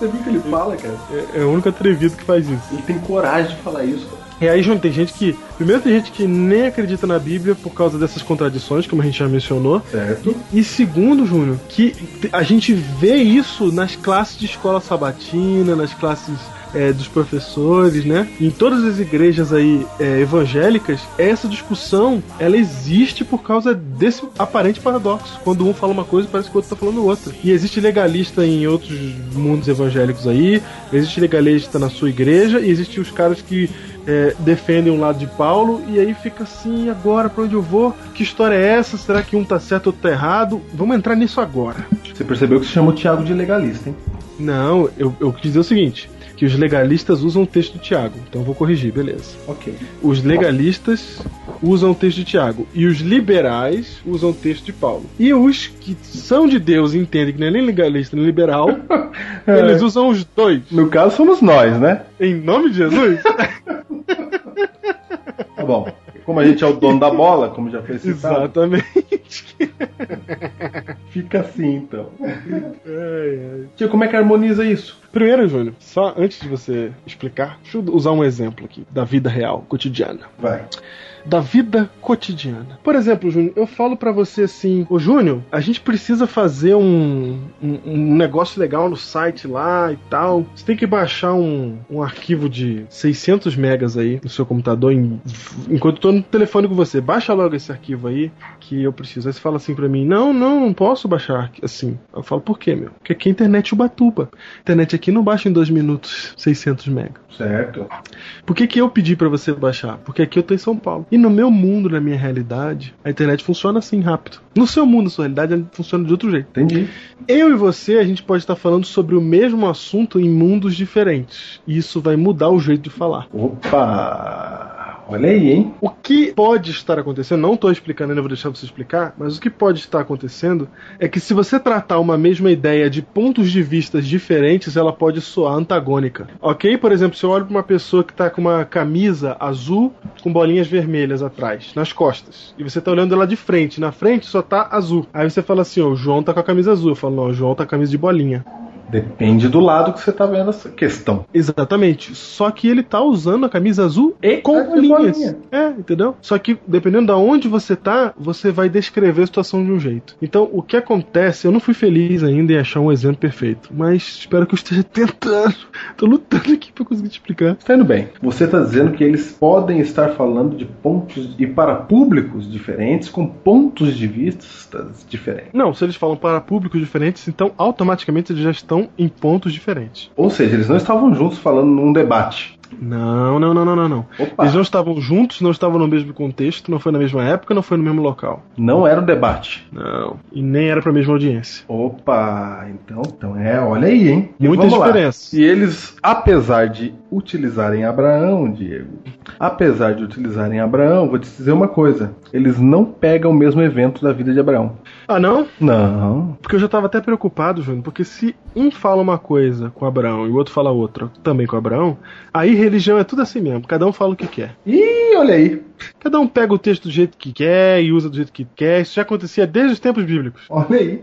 Speaker 6: viu o que ele fala, cara?
Speaker 3: É, é o único atrevido que faz isso.
Speaker 6: Ele tem coragem de falar isso, cara.
Speaker 3: E aí, Júnior, tem gente que. Primeiro, tem gente que nem acredita na Bíblia por causa dessas contradições, como a gente já mencionou.
Speaker 6: Certo.
Speaker 3: E segundo, Júnior, que te- a gente vê isso nas classes de escola sabatina, nas classes é, dos professores, né? Em todas as igrejas aí é, evangélicas, essa discussão ela existe por causa desse aparente paradoxo. Quando um fala uma coisa, parece que o outro tá falando outra. E existe legalista em outros mundos evangélicos aí, existe legalista na sua igreja, e existe os caras que é, defendem um lado de Paulo e aí fica assim, e agora pra onde eu vou? Que história é essa? Será que um tá certo, outro tá errado? Vamos entrar nisso agora.
Speaker 2: Você percebeu que você chamou o Thiago de legalista, hein?
Speaker 3: Não, eu, eu quis dizer o seguinte, que os legalistas usam o texto do Tiago, então eu vou corrigir, beleza.
Speaker 6: Ok.
Speaker 3: Os legalistas usam o texto de Tiago e os liberais usam o texto de Paulo. E os que são de Deus e entendem que não é nem legalista nem liberal,
Speaker 2: É.
Speaker 3: eles usam os dois.
Speaker 2: No caso, somos nós, né?
Speaker 3: Em nome de Jesus?
Speaker 2: Tá bom. Como a gente é o dono da bola, como já foi citado,
Speaker 3: Exatamente.
Speaker 2: fica assim, então.
Speaker 3: Ai, ai.
Speaker 2: Tio, como é que harmoniza isso?
Speaker 3: Primeiro, Júnior, só antes de você explicar, deixa eu usar um exemplo aqui da vida real, cotidiana.
Speaker 2: Vai.
Speaker 3: Da vida cotidiana. Por exemplo, Júnior, eu falo pra você assim: Ô Júnior, a gente precisa fazer um, um, um negócio legal no site lá e tal. Você tem que baixar um, um arquivo de 600 megas aí no seu computador. em- enquanto eu tô no telefone com você, baixa logo esse arquivo aí que eu preciso. Aí você fala assim pra mim: Não, não, não posso baixar assim. Eu falo: Por quê, meu? Porque aqui é internet Ubatuba. Internet aqui não baixa em dois minutos 600 mega.
Speaker 2: Certo.
Speaker 3: Por que, que eu pedi pra você baixar? Porque aqui eu tô em São Paulo. E no meu mundo, na minha realidade, a internet funciona assim rápido. No seu mundo, na sua realidade, ela funciona de outro jeito.
Speaker 2: Entendi.
Speaker 3: Eu e você, a gente pode estar falando sobre o mesmo assunto em mundos diferentes. E isso vai mudar o jeito de falar.
Speaker 2: Opa! Olha aí, hein?
Speaker 3: O que pode estar acontecendo, não tô explicando ainda, vou deixar você explicar, mas o que pode estar acontecendo é que se você tratar uma mesma ideia de pontos de vistas diferentes, ela pode soar antagônica. Ok? Por exemplo, se eu olho pra uma pessoa que tá com uma camisa azul com bolinhas vermelhas atrás, nas costas, e você tá olhando ela de frente, na frente só tá azul. Aí você fala assim, ó, o João tá com a camisa azul. Eu falo, não, o João tá com a camisa de bolinha.
Speaker 2: Depende do lado que você tá vendo essa questão.
Speaker 3: Exatamente. Só que ele tá usando a camisa azul e com
Speaker 2: tá com
Speaker 3: bolinhas.
Speaker 2: bolinha.
Speaker 3: É, entendeu? Só que dependendo da onde você tá, você vai descrever a situação de um jeito. Então, o que acontece, eu não fui feliz ainda em achar um exemplo perfeito, mas espero que eu esteja tentando. Tô lutando aqui pra conseguir te explicar.
Speaker 2: Está Tá indo bem. Você está dizendo que eles podem estar falando de pontos e para públicos diferentes, com pontos de vistas diferentes.
Speaker 3: Não, se eles falam para públicos diferentes, então automaticamente eles já estão em pontos diferentes.
Speaker 2: Ou seja, eles não estavam juntos falando num debate.
Speaker 3: Não, não, não, não, não, não.
Speaker 2: Opa!
Speaker 3: Eles não estavam juntos, não estavam no mesmo contexto, não foi na mesma época, não foi no mesmo local.
Speaker 2: Não era um debate.
Speaker 3: Não. E nem era pra mesma audiência.
Speaker 2: Opa! Então, então é, olha aí, hein? E
Speaker 3: Muitas
Speaker 2: vamos lá.
Speaker 3: diferenças.
Speaker 2: E eles, apesar de utilizarem Abraão, Diego, apesar de utilizarem Abraão, vou te dizer uma coisa: eles não pegam o mesmo evento da vida de Abraão.
Speaker 3: Ah, não?
Speaker 2: Não.
Speaker 3: Porque eu já tava até preocupado, Júnior, porque se um fala uma coisa com Abraão e o outro fala outra também com Abraão, aí religião é tudo assim mesmo, cada um fala o que quer.
Speaker 2: Ih, olha aí.
Speaker 3: Cada um pega o texto do jeito que quer e usa do jeito que quer, isso já acontecia desde os tempos bíblicos.
Speaker 2: Olha aí.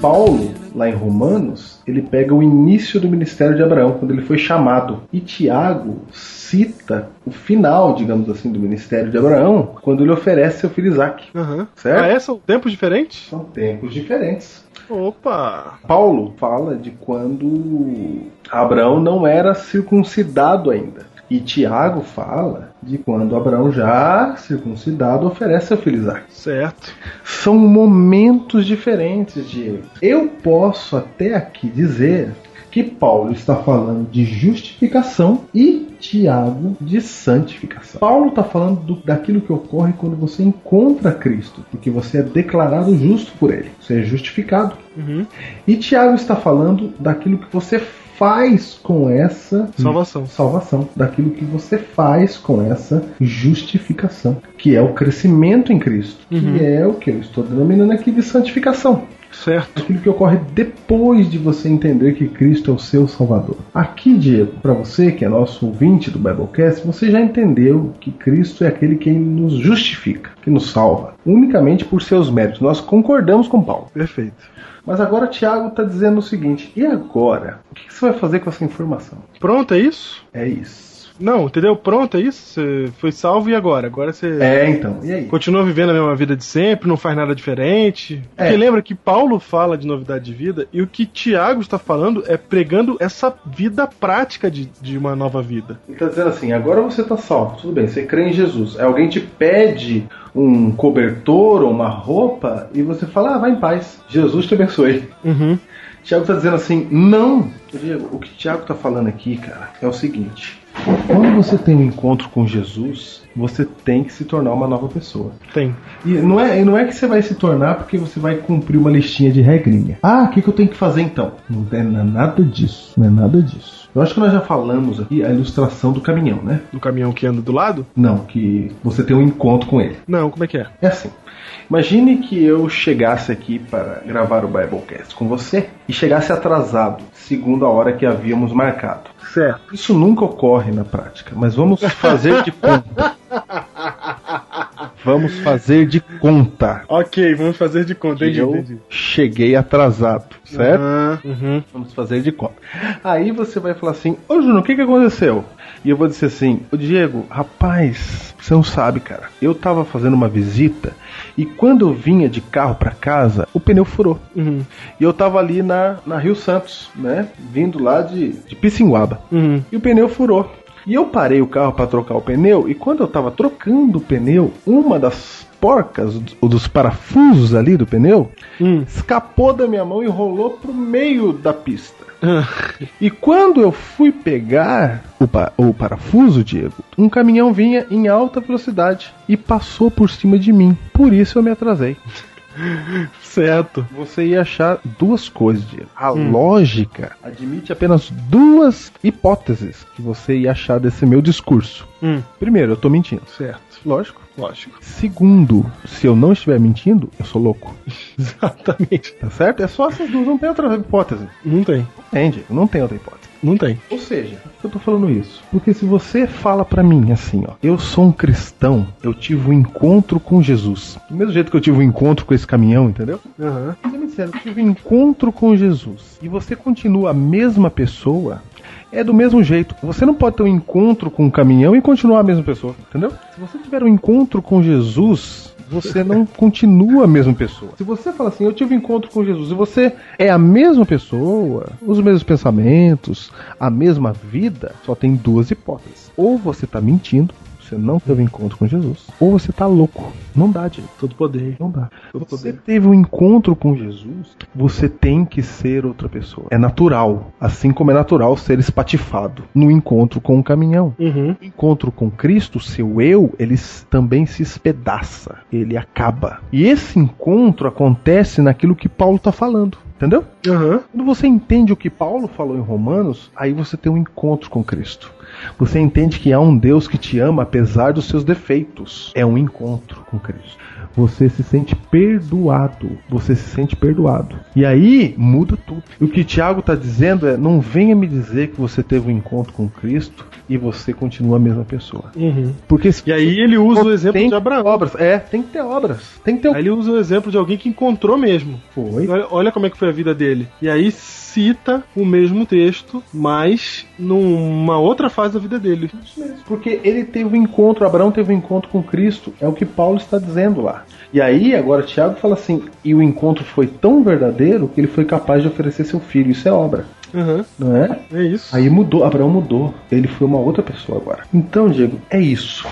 Speaker 2: Paulo, lá em Romanos, ele pega o início do ministério de Abraão, quando ele foi chamado. E Tiago cita o final, digamos assim, do ministério de Abraão, quando ele oferece seu filho Isaac.
Speaker 3: Aham.
Speaker 2: Certo.
Speaker 3: Ah, é? São tempos diferentes?
Speaker 2: São tempos diferentes.
Speaker 3: Opa!
Speaker 2: Paulo fala de quando Abraão não era circuncidado ainda. E Tiago fala de quando Abraão já circuncidado oferece seu filho Isaac.
Speaker 3: Certo.
Speaker 2: São momentos diferentes, Diego. Eu posso até aqui dizer que Paulo está falando de justificação e Tiago de santificação. Paulo está falando do- daquilo que ocorre quando você encontra Cristo, porque você é declarado justo por ele, você é justificado.
Speaker 3: Uhum.
Speaker 2: E Tiago está falando daquilo que você faz com essa
Speaker 3: Salvação.
Speaker 2: salvação, daquilo que você faz com essa justificação, que é o crescimento em Cristo, que é o que eu estou denominando aqui de santificação.
Speaker 3: Certo.
Speaker 2: Aquilo que ocorre depois de você entender que Cristo é o seu Salvador. Aqui, Diego, para você que é nosso ouvinte do Biblecast, você já entendeu que Cristo é aquele que nos justifica, que nos salva, unicamente por seus méritos. Nós concordamos com Paulo.
Speaker 3: Perfeito.
Speaker 2: Mas agora Tiago está dizendo o seguinte: e agora? O que que você vai fazer com essa informação?
Speaker 3: Pronto, é isso?
Speaker 2: É isso.
Speaker 3: Não, entendeu? Pronto, é isso? Você foi salvo e agora? Agora você.
Speaker 2: É, então. E aí?
Speaker 3: Continua vivendo a mesma vida de sempre, não faz nada diferente.
Speaker 2: É.
Speaker 3: Porque lembra que Paulo fala de novidade de vida e o que Tiago está falando é pregando essa vida prática de, de uma nova vida.
Speaker 2: Ele tá dizendo assim, agora você tá salvo, tudo bem, você crê em Jesus. Aí alguém te pede um cobertor ou uma roupa e você fala, ah, vai em paz, Jesus te abençoe.
Speaker 3: Uhum.
Speaker 2: Tiago tá dizendo assim, não. Diego, o que Tiago tá falando aqui, cara, é o seguinte. Quando você tem um encontro com Jesus, você tem que se tornar uma nova pessoa.
Speaker 3: Tem.
Speaker 2: E não é, e não é que você vai se tornar porque você vai cumprir uma listinha de regrinha. Ah, o que, que eu tenho que fazer então? Não é na- nada disso. Não é nada disso. Eu acho que nós já falamos aqui a ilustração do caminhão, né?
Speaker 3: Do caminhão que anda do lado?
Speaker 2: Não, que você tem um encontro com ele.
Speaker 3: Não, como é que é?
Speaker 2: É assim. Imagine que eu chegasse aqui para gravar o Biblecast com você e chegasse atrasado, segundo a hora que havíamos marcado.
Speaker 3: Certo.
Speaker 2: Isso nunca ocorre na prática, mas vamos fazer de conta. Vamos fazer de conta.
Speaker 3: Ok, vamos fazer de conta.
Speaker 2: que
Speaker 3: Entendi,
Speaker 2: eu
Speaker 3: entendi.
Speaker 2: cheguei atrasado, certo?
Speaker 3: Ah, uhum.
Speaker 2: Vamos fazer de conta. Aí você vai falar assim, ô Juno, o que, que aconteceu? E eu vou dizer assim, ô Diego, rapaz, você não sabe, cara. Eu tava fazendo uma visita e quando eu vinha de carro pra casa, o pneu furou.
Speaker 3: Uhum.
Speaker 2: E eu tava ali na, na Rio Santos, né? Vindo lá de, de Pissinguaba.
Speaker 3: Uhum.
Speaker 2: E o pneu furou. E eu parei o carro pra trocar o pneu e quando eu tava trocando o pneu, uma das porcas, ou dos parafusos ali do pneu,
Speaker 3: Hum.
Speaker 2: escapou da minha mão e rolou pro meio da pista. E quando eu fui pegar o, pa- o parafuso, Diego, um caminhão vinha em alta velocidade e passou por cima de mim. Por isso eu me atrasei.
Speaker 3: Certo.
Speaker 2: Você ia achar duas coisas, Diego. A lógica admite apenas duas hipóteses que você ia achar desse meu discurso.
Speaker 3: Hum.
Speaker 2: Primeiro, eu tô mentindo.
Speaker 3: Certo.
Speaker 2: Lógico.
Speaker 3: Lógico.
Speaker 2: Segundo, se eu não estiver mentindo, eu sou louco.
Speaker 3: Exatamente.
Speaker 2: Tá certo? É só essas duas, não tem outra hipótese.
Speaker 3: Não tem.
Speaker 2: Entende? Não tem outra hipótese.
Speaker 3: Não tem.
Speaker 2: Ou seja, por que eu tô falando isso? Porque se você fala pra mim assim, ó, eu sou um cristão, eu tive um encontro com Jesus. Do mesmo jeito que eu tive um encontro com esse caminhão, entendeu?
Speaker 3: Aham.
Speaker 2: Você me disser, eu tive um encontro com Jesus. E você continua a mesma pessoa, é do mesmo jeito. Você não pode ter um encontro com um caminhão e continuar a mesma pessoa, entendeu? Se você tiver um encontro com Jesus, você não continua a mesma pessoa. Se você fala assim, eu tive um encontro com Jesus, e você é a mesma pessoa, os mesmos pensamentos, a mesma vida, só tem duas hipóteses. Ou você tá mentindo, você não teve um encontro com Jesus, ou você tá louco. Não dá, Diego.
Speaker 3: Todo poder.
Speaker 2: Não dá. Você teve um encontro com Jesus, você tem que ser outra pessoa. É natural. Assim como é natural ser espatifado no encontro com o caminhão.
Speaker 3: Uhum.
Speaker 2: No encontro com Cristo, seu eu, ele s- também se espedaça. Ele acaba. E esse encontro acontece naquilo que Paulo está falando. Entendeu?
Speaker 3: Aham.
Speaker 2: Quando você entende o que Paulo falou em Romanos, aí você tem um encontro com Cristo. Você entende que há um Deus que te ama apesar dos seus defeitos. É um encontro com Cristo. Você se sente perdoado. Você se sente perdoado. E aí muda tudo. E o que Tiago está dizendo é: não venha me dizer que você teve um encontro com Cristo e você continua a mesma pessoa.
Speaker 3: Uhum.
Speaker 2: Porque se
Speaker 3: E aí ele usa o exemplo
Speaker 2: tem
Speaker 3: de Abraão.
Speaker 2: obras, é, tem que ter obras. Tem que ter o
Speaker 3: Aí ele usa o exemplo de alguém que encontrou mesmo.
Speaker 2: foi.
Speaker 3: Olha, olha como é que foi a vida dele. E aí cita o mesmo texto, mas numa outra fase da vida dele.
Speaker 2: Porque ele teve um encontro, Abraão teve um encontro com Cristo, é o que Paulo está dizendo lá. E aí, agora Tiago fala assim: e o encontro foi tão verdadeiro que ele foi capaz de oferecer seu filho. Isso é obra,
Speaker 3: Aham.
Speaker 2: não é?
Speaker 3: É isso.
Speaker 2: Aí mudou, Abraão mudou. Ele foi uma outra pessoa agora. Então, Diego, é isso.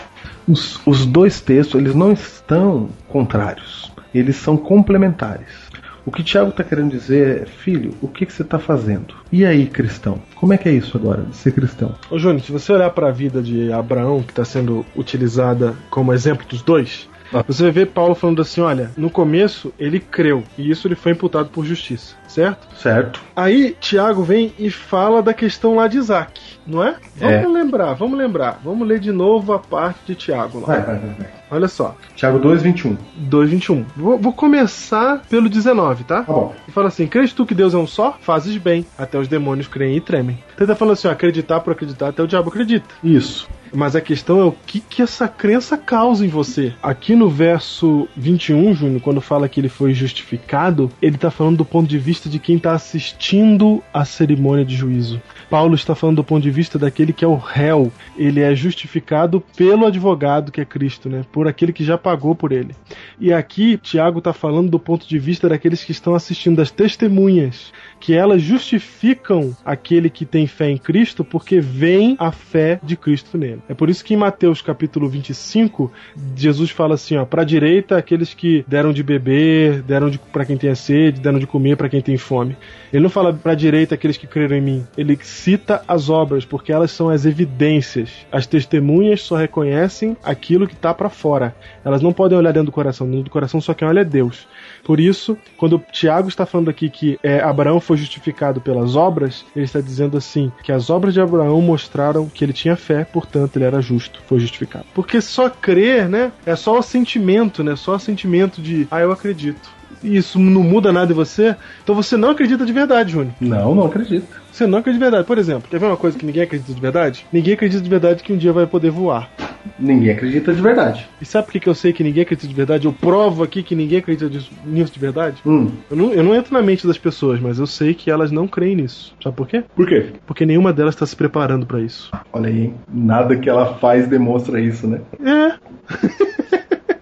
Speaker 2: Os, os dois textos, eles não estão contrários. Eles são complementares. O que Tiago está querendo dizer é, filho, o que, que você está fazendo? E aí, cristão? Como é que é isso agora, de ser cristão?
Speaker 3: Ô tá Júnior, se você olhar para a vida de Abraão, que está sendo utilizada como exemplo dos dois,
Speaker 2: Ah.
Speaker 3: Você vê Paulo falando assim: olha, no começo ele creu, e isso ele foi imputado por justiça, certo?
Speaker 2: Certo.
Speaker 3: Aí Tiago vem e fala da questão lá de Isaac, não é?
Speaker 2: É.
Speaker 3: Vamos lembrar, vamos lembrar. Vamos ler de novo a parte de Tiago lá.
Speaker 2: Vai, vai, vai. vai.
Speaker 3: Olha só,
Speaker 2: Tiago 2, 21.
Speaker 3: 2,21. Vou, vou começar pelo 19, tá?
Speaker 2: Tá bom.
Speaker 3: E fala assim: Crês tu que Deus é um só? Fazes bem. Até os demônios creem e tremem. Então tá falando assim: ó, acreditar por acreditar, até o diabo acredita.
Speaker 2: Isso.
Speaker 3: Mas a questão é o que, que essa crença causa em você. Aqui no verso 21, Júnior, quando fala que ele foi justificado, ele está falando do ponto de vista de quem está assistindo à cerimônia de juízo. Paulo está falando do ponto de vista daquele que é o réu. Ele é justificado pelo advogado que é Cristo, né? Por aquele que já pagou por ele. E aqui Tiago está falando do ponto de vista daqueles que estão assistindo, das testemunhas, que elas justificam aquele que tem fé em Cristo porque vem a fé de Cristo nele. É por isso que em Mateus capítulo 25, Jesus fala assim, ó, para direita aqueles que deram de beber, deram de para quem tem sede, deram de comer para quem tem fome. Ele não fala para direita aqueles que creram em mim. Ele cita as obras porque elas são as evidências. As testemunhas só reconhecem aquilo que tá para fora. Elas não podem olhar dentro do coração. Dentro do coração só quem olha é Deus. Por isso, quando o Tiago está falando aqui que é, Abraão foi justificado pelas obras, ele está dizendo assim: que as obras de Abraão mostraram que ele tinha fé, portanto ele era justo, foi justificado. Porque só crer, né? É só o sentimento, né? Só o sentimento de, ah, eu acredito. E Isso não muda nada em você, então você não acredita de verdade, Júnior.
Speaker 2: Não, não acredito.
Speaker 3: Você não acredita de verdade. Por exemplo, quer ver uma coisa que ninguém acredita de verdade? Ninguém acredita de verdade que um dia vai poder voar.
Speaker 2: Ninguém acredita de verdade.
Speaker 3: E sabe por que que eu sei que ninguém acredita de verdade? Eu provo aqui que ninguém acredita disso- nisso de verdade?
Speaker 2: Hum.
Speaker 3: Eu não, eu não entro na mente das pessoas, mas eu sei que elas não creem nisso. Sabe por quê?
Speaker 2: Por quê?
Speaker 3: Porque nenhuma delas está se preparando pra isso.
Speaker 2: Olha aí, hein? Nada que ela faz demonstra isso, né?
Speaker 3: É.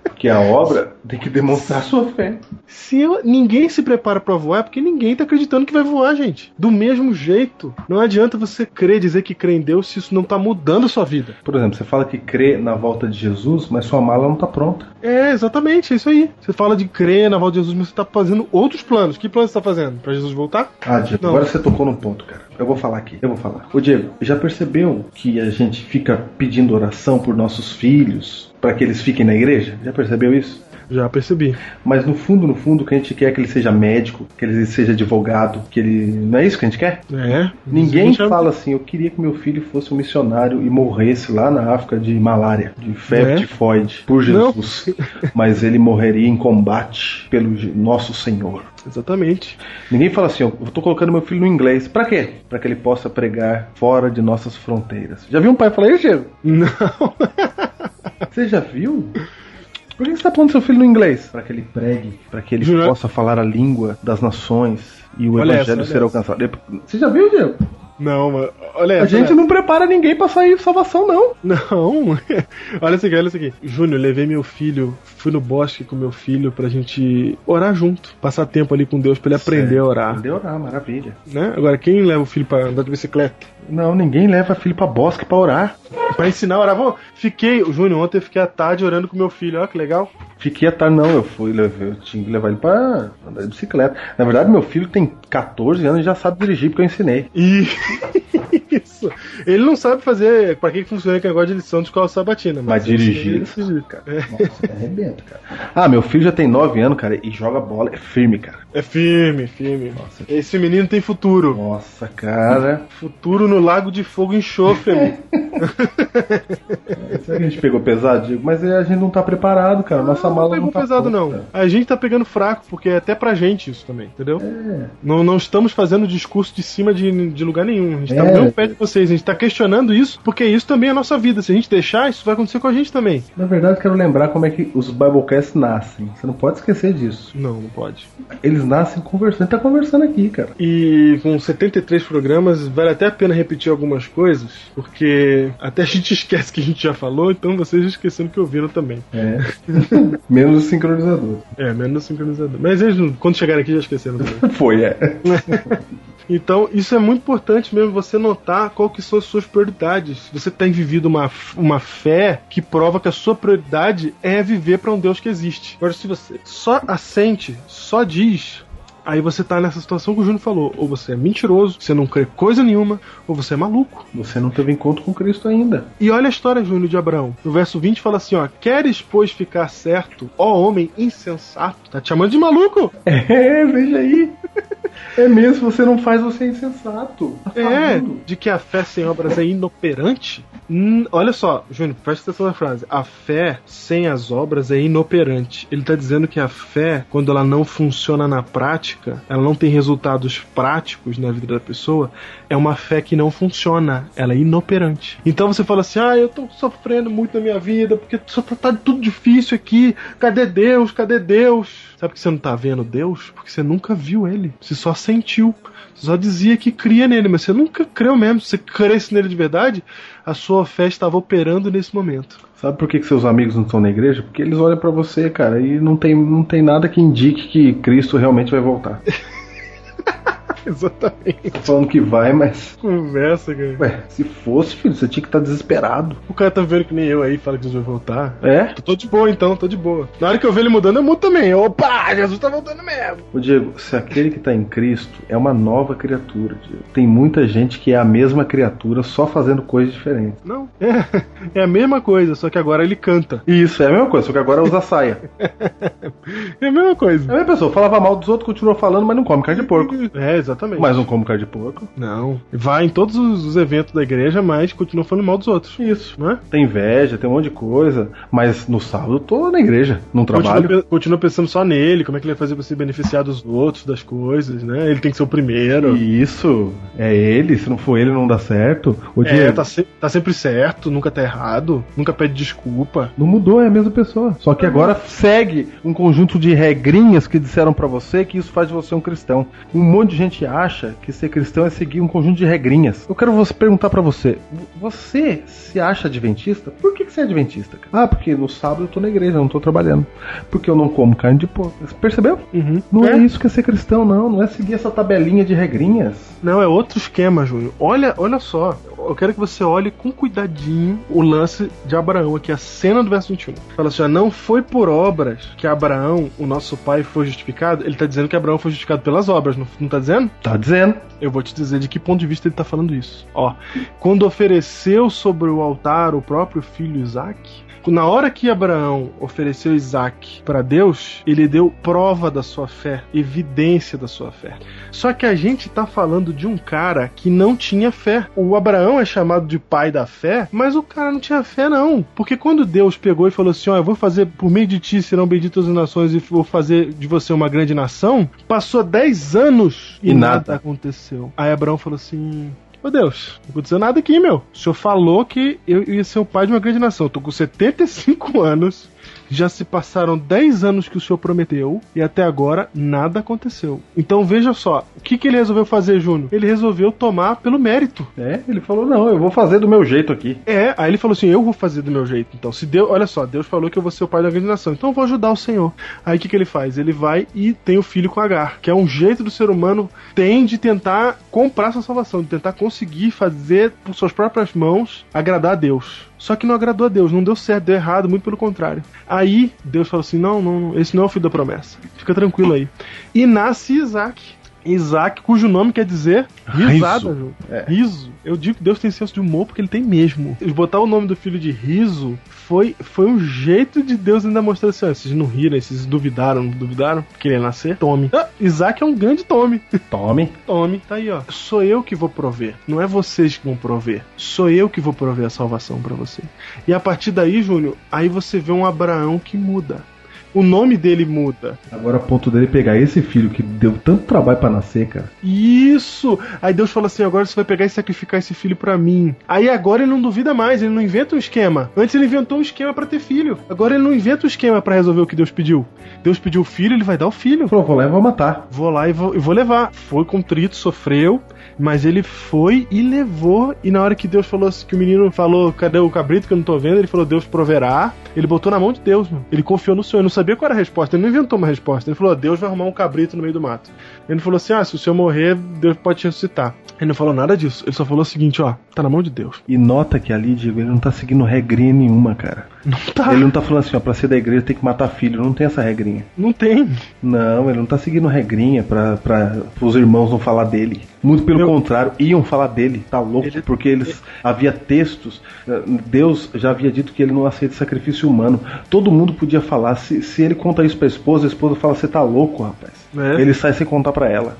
Speaker 2: Porque a obra tem que demonstrar sua fé.
Speaker 3: Se eu- ninguém se prepara pra voar, é porque ninguém tá acreditando que vai voar, gente. Do mesmo jeito. Não adianta você crer, dizer que crê em Deus, se isso não tá mudando a sua vida.
Speaker 2: Por exemplo, você fala que crê na volta de Jesus, mas sua mala não tá pronta.
Speaker 3: É, exatamente, é isso aí. Você fala de crer na volta de Jesus, mas você tá fazendo outros planos. Que planos você tá fazendo? Pra Jesus voltar?
Speaker 2: Ah, Diego,
Speaker 3: Não.
Speaker 2: agora você tocou no ponto, cara. Eu vou falar aqui, eu vou falar. Ô, Diego, já percebeu que a gente fica pedindo oração por nossos filhos pra que eles fiquem na igreja? Já percebeu isso?
Speaker 3: Já percebi.
Speaker 2: Mas no fundo, no fundo, o que a gente quer é que ele seja médico, que ele seja advogado, que ele. Não é isso que a gente quer?
Speaker 3: É.
Speaker 2: Ninguém
Speaker 3: Gente, é-
Speaker 2: fala assim, eu queria que meu filho fosse um missionário e morresse lá na África de malária, de febre
Speaker 3: É.
Speaker 2: tifoide, por
Speaker 3: Não.
Speaker 2: Jesus. Mas ele morreria em combate pelo Je- nosso Senhor.
Speaker 3: Exatamente.
Speaker 2: Ninguém fala assim, ó, eu tô colocando meu filho no inglês. Pra quê? Pra que ele possa pregar fora de nossas fronteiras. Já viu um pai falar isso, Diego?
Speaker 3: Não.
Speaker 2: Você já viu? Por que você tá pondo seu filho no inglês? Pra que ele pregue, pra que ele
Speaker 3: Jura-
Speaker 2: possa falar a língua das nações e o
Speaker 3: Olha essa,
Speaker 2: evangelho
Speaker 3: olha
Speaker 2: ser alcançado. Você já viu, Diego?
Speaker 3: Não, mano. Olha
Speaker 2: A
Speaker 3: essa, né?
Speaker 2: gente
Speaker 3: olha
Speaker 2: não prepara ninguém pra sair salvação, não.
Speaker 3: Não, olha isso aqui, olha isso aqui. Júnior, levei meu filho, fui no bosque com meu filho pra gente orar junto, passar tempo ali com Deus pra ele aprender a orar,
Speaker 2: Aprendeu a orar, maravilha.
Speaker 3: né? Agora, quem leva o filho pra andar de bicicleta?
Speaker 2: Não, ninguém leva filho pra bosque pra orar.
Speaker 3: Pra ensinar a orar. Vou- Fiquei, Júnior, ontem eu fiquei à tarde orando com meu filho, olha que legal.
Speaker 2: Fiquei a tarde, não, eu fui, levei- eu tinha que levar ele pra andar de bicicleta. Na verdade, meu filho tem 14 anos e já sabe dirigir porque eu ensinei.
Speaker 3: E isso. Ele não sabe fazer, pra que que funciona aquele negócio de lição de escola sabatina,
Speaker 2: Mas
Speaker 3: ele
Speaker 2: dirigir,
Speaker 3: sabe dirigir, cara. É,
Speaker 2: Nossa, arrebenta, cara. Ah, meu filho já tem 9 anos, cara, e joga bola, é firme, cara.
Speaker 3: É, é firme, firme.
Speaker 2: Nossa.
Speaker 3: Esse menino tem futuro.
Speaker 2: Nossa, cara.
Speaker 3: Futuro no lago de fogo e enxofre, amigo.
Speaker 2: Será que a gente pegou pesado, Diego? Mas a gente não tá preparado, cara. Nossa
Speaker 3: não,
Speaker 2: mala
Speaker 3: pegou
Speaker 2: não tá
Speaker 3: pesado,
Speaker 2: pronta.
Speaker 3: não. A gente tá pegando fraco, porque é até pra gente isso também, entendeu?
Speaker 2: É.
Speaker 3: Não, não estamos fazendo discurso de cima de, de lugar nenhum. A gente tá
Speaker 2: É.
Speaker 3: no mesmo pé de vocês, a gente tá questionando isso, porque isso também é a nossa vida. Se a gente deixar, isso vai acontecer com a gente também.
Speaker 2: Na verdade, quero lembrar como é que os Biblecasts nascem. Você não pode esquecer disso.
Speaker 3: Não, não pode.
Speaker 2: Eles nascem conversando. A gente tá conversando aqui, cara.
Speaker 3: E com 73 programas, vale até a pena repetir algumas coisas, porque até a gente esquece que a gente já falou, então vocês esquecendo que ouviram também.
Speaker 2: É. Menos o sincronizador.
Speaker 3: É, menos o sincronizador. Mas eles, não- quando chegaram aqui, já esqueceram também.
Speaker 2: Foi, é.
Speaker 3: Então, isso é muito importante mesmo, você notar qual que são as suas prioridades. Você tem vivido uma, uma fé que prova que a sua prioridade é viver para um Deus que existe. Agora, se você só assente, só diz, Aí você tá nessa situação que o Júnior falou: ou você é mentiroso, você não crê coisa nenhuma, ou você é maluco.
Speaker 2: Você não teve encontro com Cristo ainda.
Speaker 3: E olha a história, Júnior de Abraão. No verso 20 fala assim: ó, queres, pois, ficar certo, ó homem insensato? Tá te chamando de maluco?
Speaker 2: É, veja aí. É mesmo, você não faz, você é insensato. Tá
Speaker 3: É,
Speaker 2: falando.
Speaker 3: de que a fé sem obras é inoperante? Hum, olha só, Júnior, presta atenção na frase. A fé sem as obras é inoperante. Ele tá dizendo que a fé, quando ela não funciona na prática, ela não tem resultados práticos na vida da pessoa, é uma fé que não funciona, ela é inoperante. Então você fala assim: ah, eu tô sofrendo muito na minha vida, porque só tá, tá tudo difícil aqui, cadê Deus, cadê Deus? Sabe por que você não tá vendo Deus? Porque você nunca viu ele, você só sentiu. Você só dizia que cria nele, mas você nunca creu mesmo. Se você cresce nele de verdade, a sua fé estava operando nesse momento.
Speaker 2: Sabe por que, que seus amigos não estão na igreja? Porque eles olham pra você, cara, e não tem, não tem nada que indique que Cristo realmente vai voltar.
Speaker 3: Exatamente.
Speaker 2: Tá falando que vai, mas.
Speaker 3: Conversa, cara.
Speaker 2: Ué, se fosse, filho, você tinha que estar desesperado.
Speaker 3: O cara tá vendo que nem eu aí, fala que Jesus vai voltar.
Speaker 2: É?
Speaker 3: Tô de boa então, tô de boa. Na hora que eu ver ele mudando, eu mudo também. Opa, Jesus tá voltando mesmo.
Speaker 2: Ô Diego, se aquele que tá em Cristo é uma nova criatura, Diego. Tem muita gente que é a mesma criatura, só fazendo coisas diferentes.
Speaker 3: Não, é, é a mesma coisa, só que agora ele canta.
Speaker 2: E Isso, é a mesma coisa, só que agora usa saia.
Speaker 3: É a mesma
Speaker 2: É
Speaker 3: coisa.
Speaker 2: a mesma pessoa, falava mal dos outros, continuou falando, mas não come carne de porco.
Speaker 3: É, exatamente.
Speaker 2: Mas não come carne de porco.
Speaker 3: Não. Vai em todos os os eventos da igreja, mas continua falando mal dos outros.
Speaker 2: Isso.
Speaker 3: Não é?
Speaker 2: Tem inveja, tem um monte de coisa, mas no sábado eu tô na igreja, não trabalho.
Speaker 3: Continua, pe- continua pensando só nele, como é que ele vai fazer pra se beneficiar dos outros, das coisas, né? Ele tem que ser o primeiro.
Speaker 2: E Isso, é ele, se não for ele não dá certo. Ô
Speaker 3: É,
Speaker 2: Diego,
Speaker 3: tá, se- tá sempre certo, nunca tá errado, nunca pede desculpa.
Speaker 2: Não mudou, é a mesma pessoa. Só que agora segue um conjunto de regrinhas que disseram pra você que isso faz de você um cristão. Um monte de gente acha que ser cristão é seguir um conjunto de regrinhas. Eu quero você perguntar pra você: vo- você se acha adventista? Por que, que você é adventista? cara? Ah, porque no sábado eu tô na igreja, eu não tô trabalhando. Porque eu não como carne de porco. Você Percebeu?
Speaker 3: Uhum.
Speaker 2: Não é.
Speaker 3: É.
Speaker 2: isso que é ser cristão, não. Não é seguir essa tabelinha de regrinhas.
Speaker 3: Não, é outro esquema, Júnior. Olha, olha só. Eu quero que você olhe com cuidadinho o lance de Abraão aqui, a cena do verso 21. Fala assim: ó, não foi por obras que Abraão, o nosso pai, foi justificado. Ele tá dizendo que Abraão foi justificado pelas obras, não, não tá dizendo?
Speaker 2: Tá dizendo?
Speaker 3: Eu vou te dizer de que ponto de vista ele tá falando isso. Ó, quando ofereceu sobre o altar o próprio filho Isaac, na hora que Abraão ofereceu Isaac para Deus, ele deu prova da sua fé, evidência da sua fé. Só que a gente tá falando de um cara que não tinha fé. O Abraão é chamado de pai da fé, mas o cara não tinha fé, não. Porque quando Deus pegou e falou assim: Ó, eu vou fazer por meio de ti serão benditas as nações e vou fazer de você uma grande nação, passou 10 anos e
Speaker 2: E
Speaker 3: nada,
Speaker 2: nada.
Speaker 3: aconteceu. Aí Abraão falou assim. Ô Deus, não aconteceu nada aqui, meu. O senhor falou que eu ia ser o pai de uma grande nação. Eu tô com 75 anos, já se passaram 10 anos que o senhor prometeu e até agora nada aconteceu. Então veja só, o que, que ele resolveu fazer, Júnior? Ele resolveu tomar pelo mérito.
Speaker 2: É, ele falou: não, eu vou fazer do meu jeito aqui.
Speaker 3: É, aí ele falou assim: eu vou fazer do meu jeito. Então, se Deus, olha só, Deus falou que eu vou ser o pai da grande nação, então eu vou ajudar o Senhor. Aí o que, que ele faz? Ele vai e tem o filho com Agar, que é um jeito do ser humano tem de tentar comprar sua salvação, de tentar conseguir fazer por suas próprias mãos agradar a Deus. Só que não agradou a Deus, não deu certo, deu errado, muito pelo contrário. Aí Deus falou assim: não, não, não, esse não é o filho da promessa. Fica tranquilo aí. E nasce Isaac. Isaac, cujo nome quer dizer risada, Ju. Riso. Eu digo que Deus tem senso de humor porque ele tem mesmo. Eles Botar o nome do filho de riso foi, foi um jeito de Deus ainda mostrar assim: ó, vocês não riram, vocês duvidaram, não duvidaram, queriam nascer? Tome. Ah, Isaac é um grande tome.
Speaker 2: Tome.
Speaker 3: Tome, tá aí, ó. Sou eu que vou prover. Não é vocês que vão prover. Sou eu que vou prover a salvação pra você. E a partir daí, Júnior, aí você vê um Abraão que muda. O nome dele muda.
Speaker 2: Agora, a ponto dele pegar esse filho que deu tanto trabalho pra nascer, cara.
Speaker 3: Isso! Aí Deus fala assim: agora você vai pegar e sacrificar esse filho pra mim. Aí agora ele não duvida mais, ele não inventa um esquema. Antes ele inventou um esquema pra ter filho. Agora ele não inventa um esquema pra resolver o que Deus pediu. Deus pediu o filho, ele vai dar o filho.
Speaker 2: Falou, vou lá e vou matar.
Speaker 3: Vou lá e vou, e vou levar. Foi contrito, sofreu, mas ele foi e levou. E na hora que Deus falou assim, que o menino falou, cadê o cabrito que eu não tô vendo? Ele falou, Deus proverá. Ele botou na mão de Deus, meu. Ele confiou no Senhor. Ele não sabia qual era a resposta. Ele não inventou uma resposta. Ele falou, Deus vai arrumar um cabrito no meio do mato. Ele falou assim, ah, se o senhor morrer, Deus pode te ressuscitar. Ele não falou nada disso. Ele só falou o seguinte, ó, tá na mão de Deus.
Speaker 2: E nota que ali, Diego, ele não tá seguindo regrinha nenhuma, cara.
Speaker 3: Não tá.
Speaker 2: Ele não tá falando assim, ó, pra ser da igreja tem que matar filho, não tem essa regrinha.
Speaker 3: Não tem.
Speaker 2: Não, ele não tá seguindo regrinha pra, pra os irmãos não falar dele. Muito pelo
Speaker 3: Eu-
Speaker 2: contrário, iam falar dele, tá louco,
Speaker 3: Ele-
Speaker 2: porque eles havia textos, eh, Deus já havia dito que ele não aceita sacrifício humano. Todo mundo podia falar, se, se ele conta isso pra esposa, a esposa fala, você tá louco, rapaz.
Speaker 3: É.
Speaker 2: Ele sai sem contar pra ela.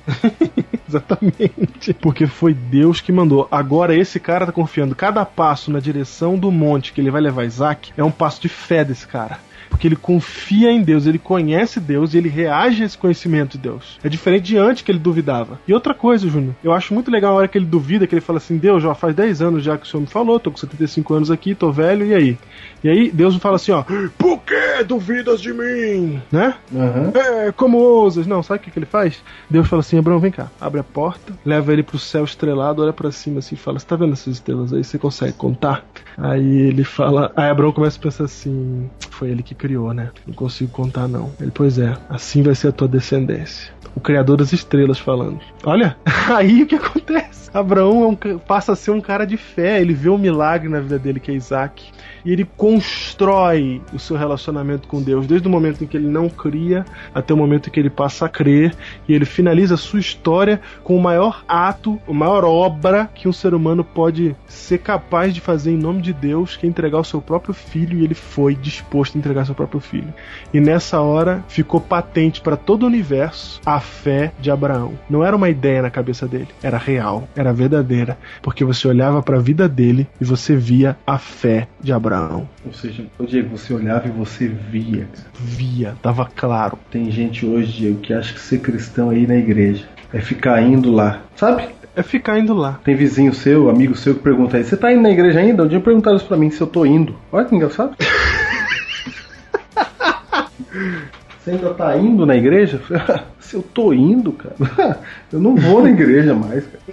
Speaker 3: Exatamente. Porque foi Deus que mandou. Agora esse cara tá confiando. Cada passo na direção do monte que ele vai levar Isaac é um passo de fé desse cara. Porque ele confia em Deus, ele conhece Deus e ele reage a esse conhecimento de Deus. É diferente de antes que ele duvidava. E outra coisa, Júnior, eu acho muito legal a hora que ele duvida, que ele fala assim: Deus, ó, faz 10 anos já que o senhor me falou, tô com 75 anos aqui, tô velho, e aí? E aí Deus fala assim: ó, por que duvidas de mim? Né? É, como ousas? Não, sabe o que, que ele faz? Deus fala assim: Abraão, vem cá. Abre a porta, leva ele pro céu estrelado, olha pra cima assim e fala: Você tá vendo essas estrelas aí? Você consegue contar? Aí ele fala. Aí Abraão começa a pensar assim: Foi ele que criou, né? Não consigo contar, não. Ele, pois é, assim vai ser a tua descendência. O criador das estrelas falando. Olha, aí o que acontece? Abraão é um ca- passa a ser um cara de fé, ele vê um milagre na vida dele, que é Isaac. E ele constrói o seu relacionamento com Deus, desde o momento em que ele não cria até o momento em que ele passa a crer. E ele finaliza a sua história com o maior ato, a maior obra que um ser humano pode ser capaz de fazer em nome de Deus, que é entregar o seu próprio filho. E ele foi disposto a entregar seu próprio filho. E nessa hora ficou patente para todo o universo a fé de Abraão. Não era uma ideia na cabeça dele, era real, era verdadeira, porque você olhava para a vida dele e você via a fé de Abraão.
Speaker 2: Ou seja, ô Diego, você olhava e você via, cara.
Speaker 3: Via, tava claro.
Speaker 2: Tem gente hoje, Diego, que acha que ser cristão é ir na igreja. É ficar indo lá. Sabe?
Speaker 3: É ficar indo lá.
Speaker 2: Tem vizinho seu, amigo seu que pergunta aí, você tá indo na igreja ainda? Um dia perguntaram isso pra mim se eu tô indo. Olha que engraçado. Você ainda tá indo na igreja? Se eu tô indo, cara, eu não vou na igreja mais, cara.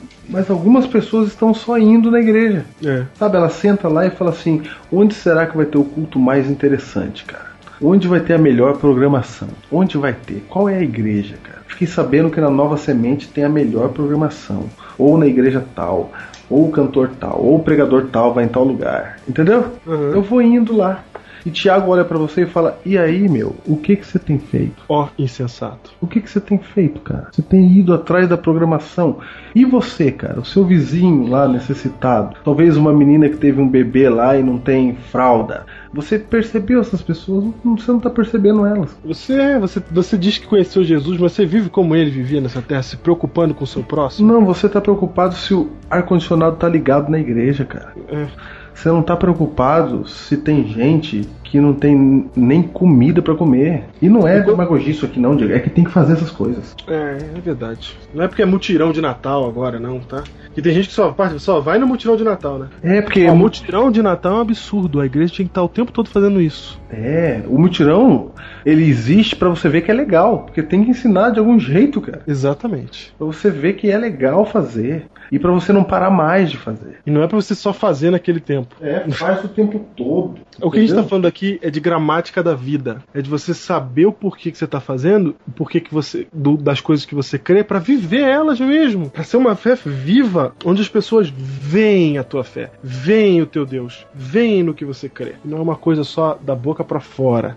Speaker 2: Mas algumas pessoas estão só indo na igreja.
Speaker 3: É.
Speaker 2: Sabe, ela senta lá e fala assim: onde será que vai ter o culto mais interessante, cara? Onde vai ter a melhor programação? Onde vai ter? Qual é a igreja, cara? Fiquei sabendo que na Nova Semente tem a melhor programação. Ou na igreja tal, ou o cantor tal, ou o pregador tal vai em tal lugar. Entendeu?
Speaker 3: Uhum.
Speaker 2: Eu vou indo lá. E Tiago olha pra você e fala: E aí, meu, o que que você tem feito?
Speaker 3: Ó, insensato.
Speaker 2: O que, que você tem feito, cara? Você tem ido atrás da programação. E você, cara? O seu vizinho lá necessitado. Talvez uma menina que teve um bebê lá e não tem fralda. Você percebeu essas pessoas? Não- Você não tá percebendo elas.
Speaker 3: Você, é, você, você diz que conheceu Jesus, mas você vive como ele vivia nessa terra, se preocupando com o seu próximo?
Speaker 2: Não, você tá preocupado se o ar-condicionado tá ligado na igreja, cara.
Speaker 3: É.
Speaker 2: Você não tá preocupado se tem gente que não tem nem comida pra comer. E não é demagogia isso aqui, não, Diego. É que tem que fazer essas coisas.
Speaker 3: É, é verdade. Não é porque é mutirão de Natal agora, não, tá? E tem gente que só, parte- só vai no mutirão de Natal, né?
Speaker 2: É, porque.
Speaker 3: O mutirão de Natal é um absurdo. A igreja tinha que estar o tempo todo fazendo isso.
Speaker 2: É, o mutirão, ele existe pra você ver que é legal, porque tem que ensinar de algum jeito, cara.
Speaker 3: Exatamente.
Speaker 2: Pra você ver que é legal fazer e pra você não parar mais de fazer.
Speaker 3: E não é pra você só fazer naquele tempo.
Speaker 2: É, faz o tempo todo.
Speaker 3: O que a gente tá falando aqui é de gramática da vida. É de você saber o porquê que você tá fazendo, o porquê que você. do- das coisas que você crê, pra viver elas mesmo. Pra ser uma fé viva, onde as pessoas veem a tua fé, veem o teu Deus, veem no que você crê. Não é uma coisa só da boca pra fora.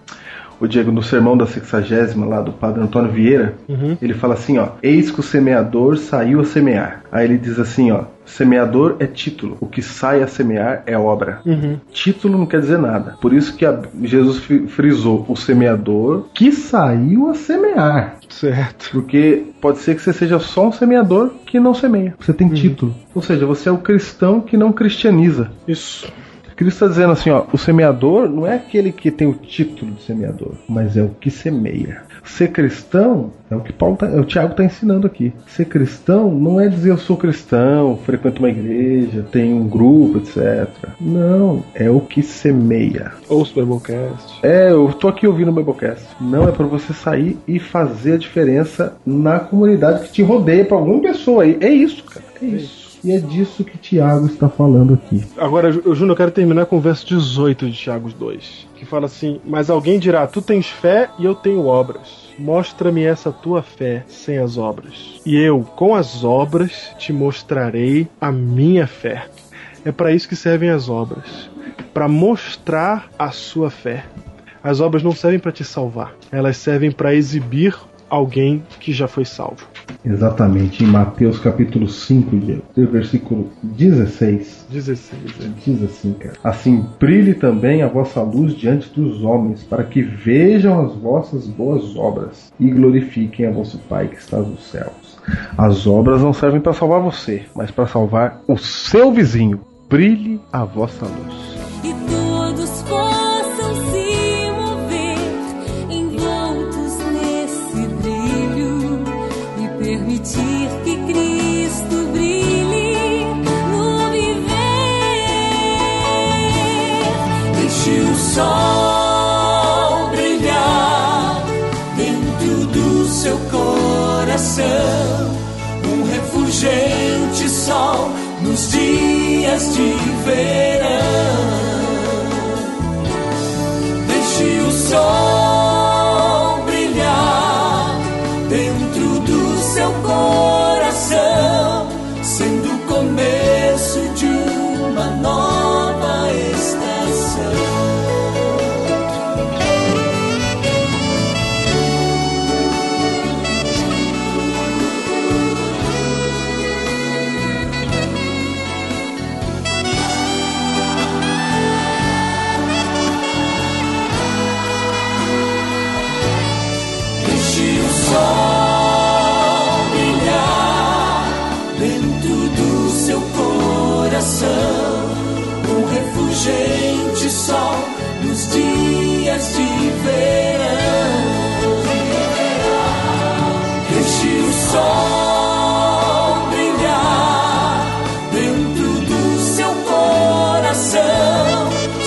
Speaker 2: O Diego, no sermão da sexagésima lá do padre Antônio Vieira,
Speaker 3: Uhum.
Speaker 2: ele fala assim, ó. Eis que o semeador saiu a semear. Aí ele diz assim, ó. Semeador é título, o que sai a semear é obra.
Speaker 3: Uhum.
Speaker 2: Título não quer dizer nada. Por isso que a- Jesus fri- frisou o semeador que saiu a semear.
Speaker 3: Certo.
Speaker 2: Porque pode ser que você seja só um semeador que não semeia. Uhum.
Speaker 4: Você tem título.
Speaker 2: Ou seja, você é o cristão que não cristianiza.
Speaker 3: Isso.
Speaker 2: Cristo está dizendo assim, ó, o semeador não é aquele que tem o título de semeador, mas é o que semeia. Ser cristão é o que Paulo tá, é o Tiago está ensinando aqui. Ser cristão não é dizer eu sou cristão, frequento uma igreja, tenho um grupo, etc. Não, é o que semeia.
Speaker 3: Ou Superbowcast.
Speaker 2: É, eu tô aqui ouvindo o Biblecast. Não é pra você sair e fazer a diferença na comunidade que te rodeia pra alguma pessoa aí. É isso, cara. É isso.
Speaker 4: Deus. E é disso que Tiago está falando aqui.
Speaker 3: Agora, Ju- Júnior, eu quero terminar com o verso 18 de Tiago 2, que fala assim: Mas alguém dirá, tu tens fé e eu tenho obras. Mostra-me essa tua fé sem as obras. E eu, com as obras, te mostrarei a minha fé. É para isso que servem as obras para mostrar a sua fé. As obras não servem para te salvar, elas servem para exibir alguém que já foi salvo.
Speaker 4: Exatamente, em Mateus capítulo 5, Diego, versículo 16.
Speaker 3: 16. é.
Speaker 4: Diz assim, cara. Assim brilhe também a vossa luz diante dos homens, para que vejam as vossas boas obras e glorifiquem a vosso Pai que está nos céus. As obras não servem para salvar você, mas para salvar o seu vizinho. Brilhe a vossa luz.
Speaker 7: e todos possam se mover envoltos nesse brilho e permitir que Cristo brilhe no viver. Deixe o sol brilhar dentro do seu coração, um refulgente sol nos dias de verão. Deixe o sol brilhar dentro do seu coração, sendo o começo de uma nova estação. Deixe o sol brilhar dentro do seu coração, um refugente sol nos dias de verão. Deixe o sol brilhar dentro do seu coração,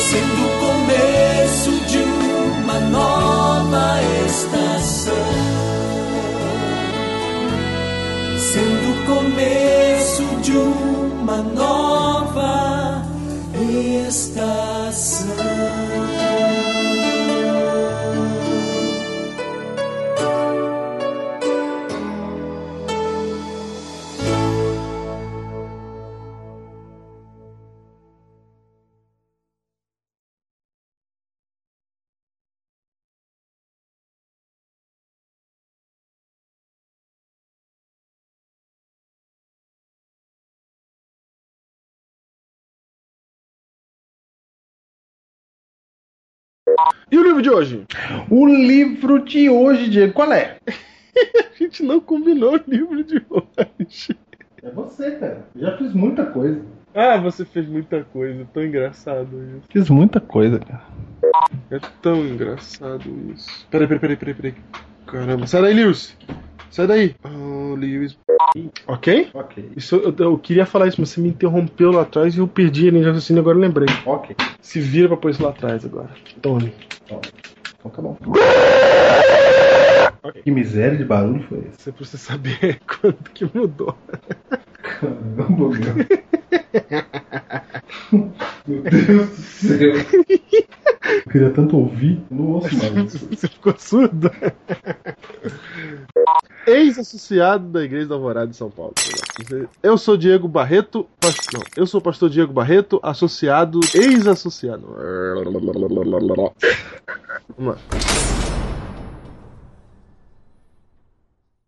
Speaker 7: sendo o começo de uma nova estação, sendo o começo de uma nova estação.
Speaker 3: E o livro de hoje?
Speaker 2: O livro de hoje, Diego, qual é?
Speaker 3: A gente não combinou o livro de hoje.
Speaker 4: É você, cara. Já fiz muita coisa.
Speaker 3: Ah, você fez muita coisa, tão engraçado isso.
Speaker 4: Fiz muita coisa, cara.
Speaker 3: É tão engraçado isso. Peraí, peraí, peraí, peraí, peraí. Caramba, sai daí, Lewis! Sai daí! Oh, Lewis. Ok?
Speaker 2: Ok,
Speaker 3: Isso, eu, eu queria falar isso, mas você me interrompeu lá atrás e eu perdi ele em raciocínio, agora eu lembrei.
Speaker 2: ok.
Speaker 3: Se vira pra pôr isso lá atrás agora. Tome.
Speaker 2: Então tá bom. Que miséria de barulho foi esse?
Speaker 3: Isso é pra você saber quanto que mudou.
Speaker 2: Meu Deus do céu.
Speaker 4: Eu queria tanto ouvir.
Speaker 2: Não ouço mais.
Speaker 3: Você ficou surdo? Ex-associado da Igreja da Alvorada de São Paulo. Eu sou Diego Barreto. pas- Não, eu sou o pastor Diego Barreto, associado. Ex-associado. Vamos lá.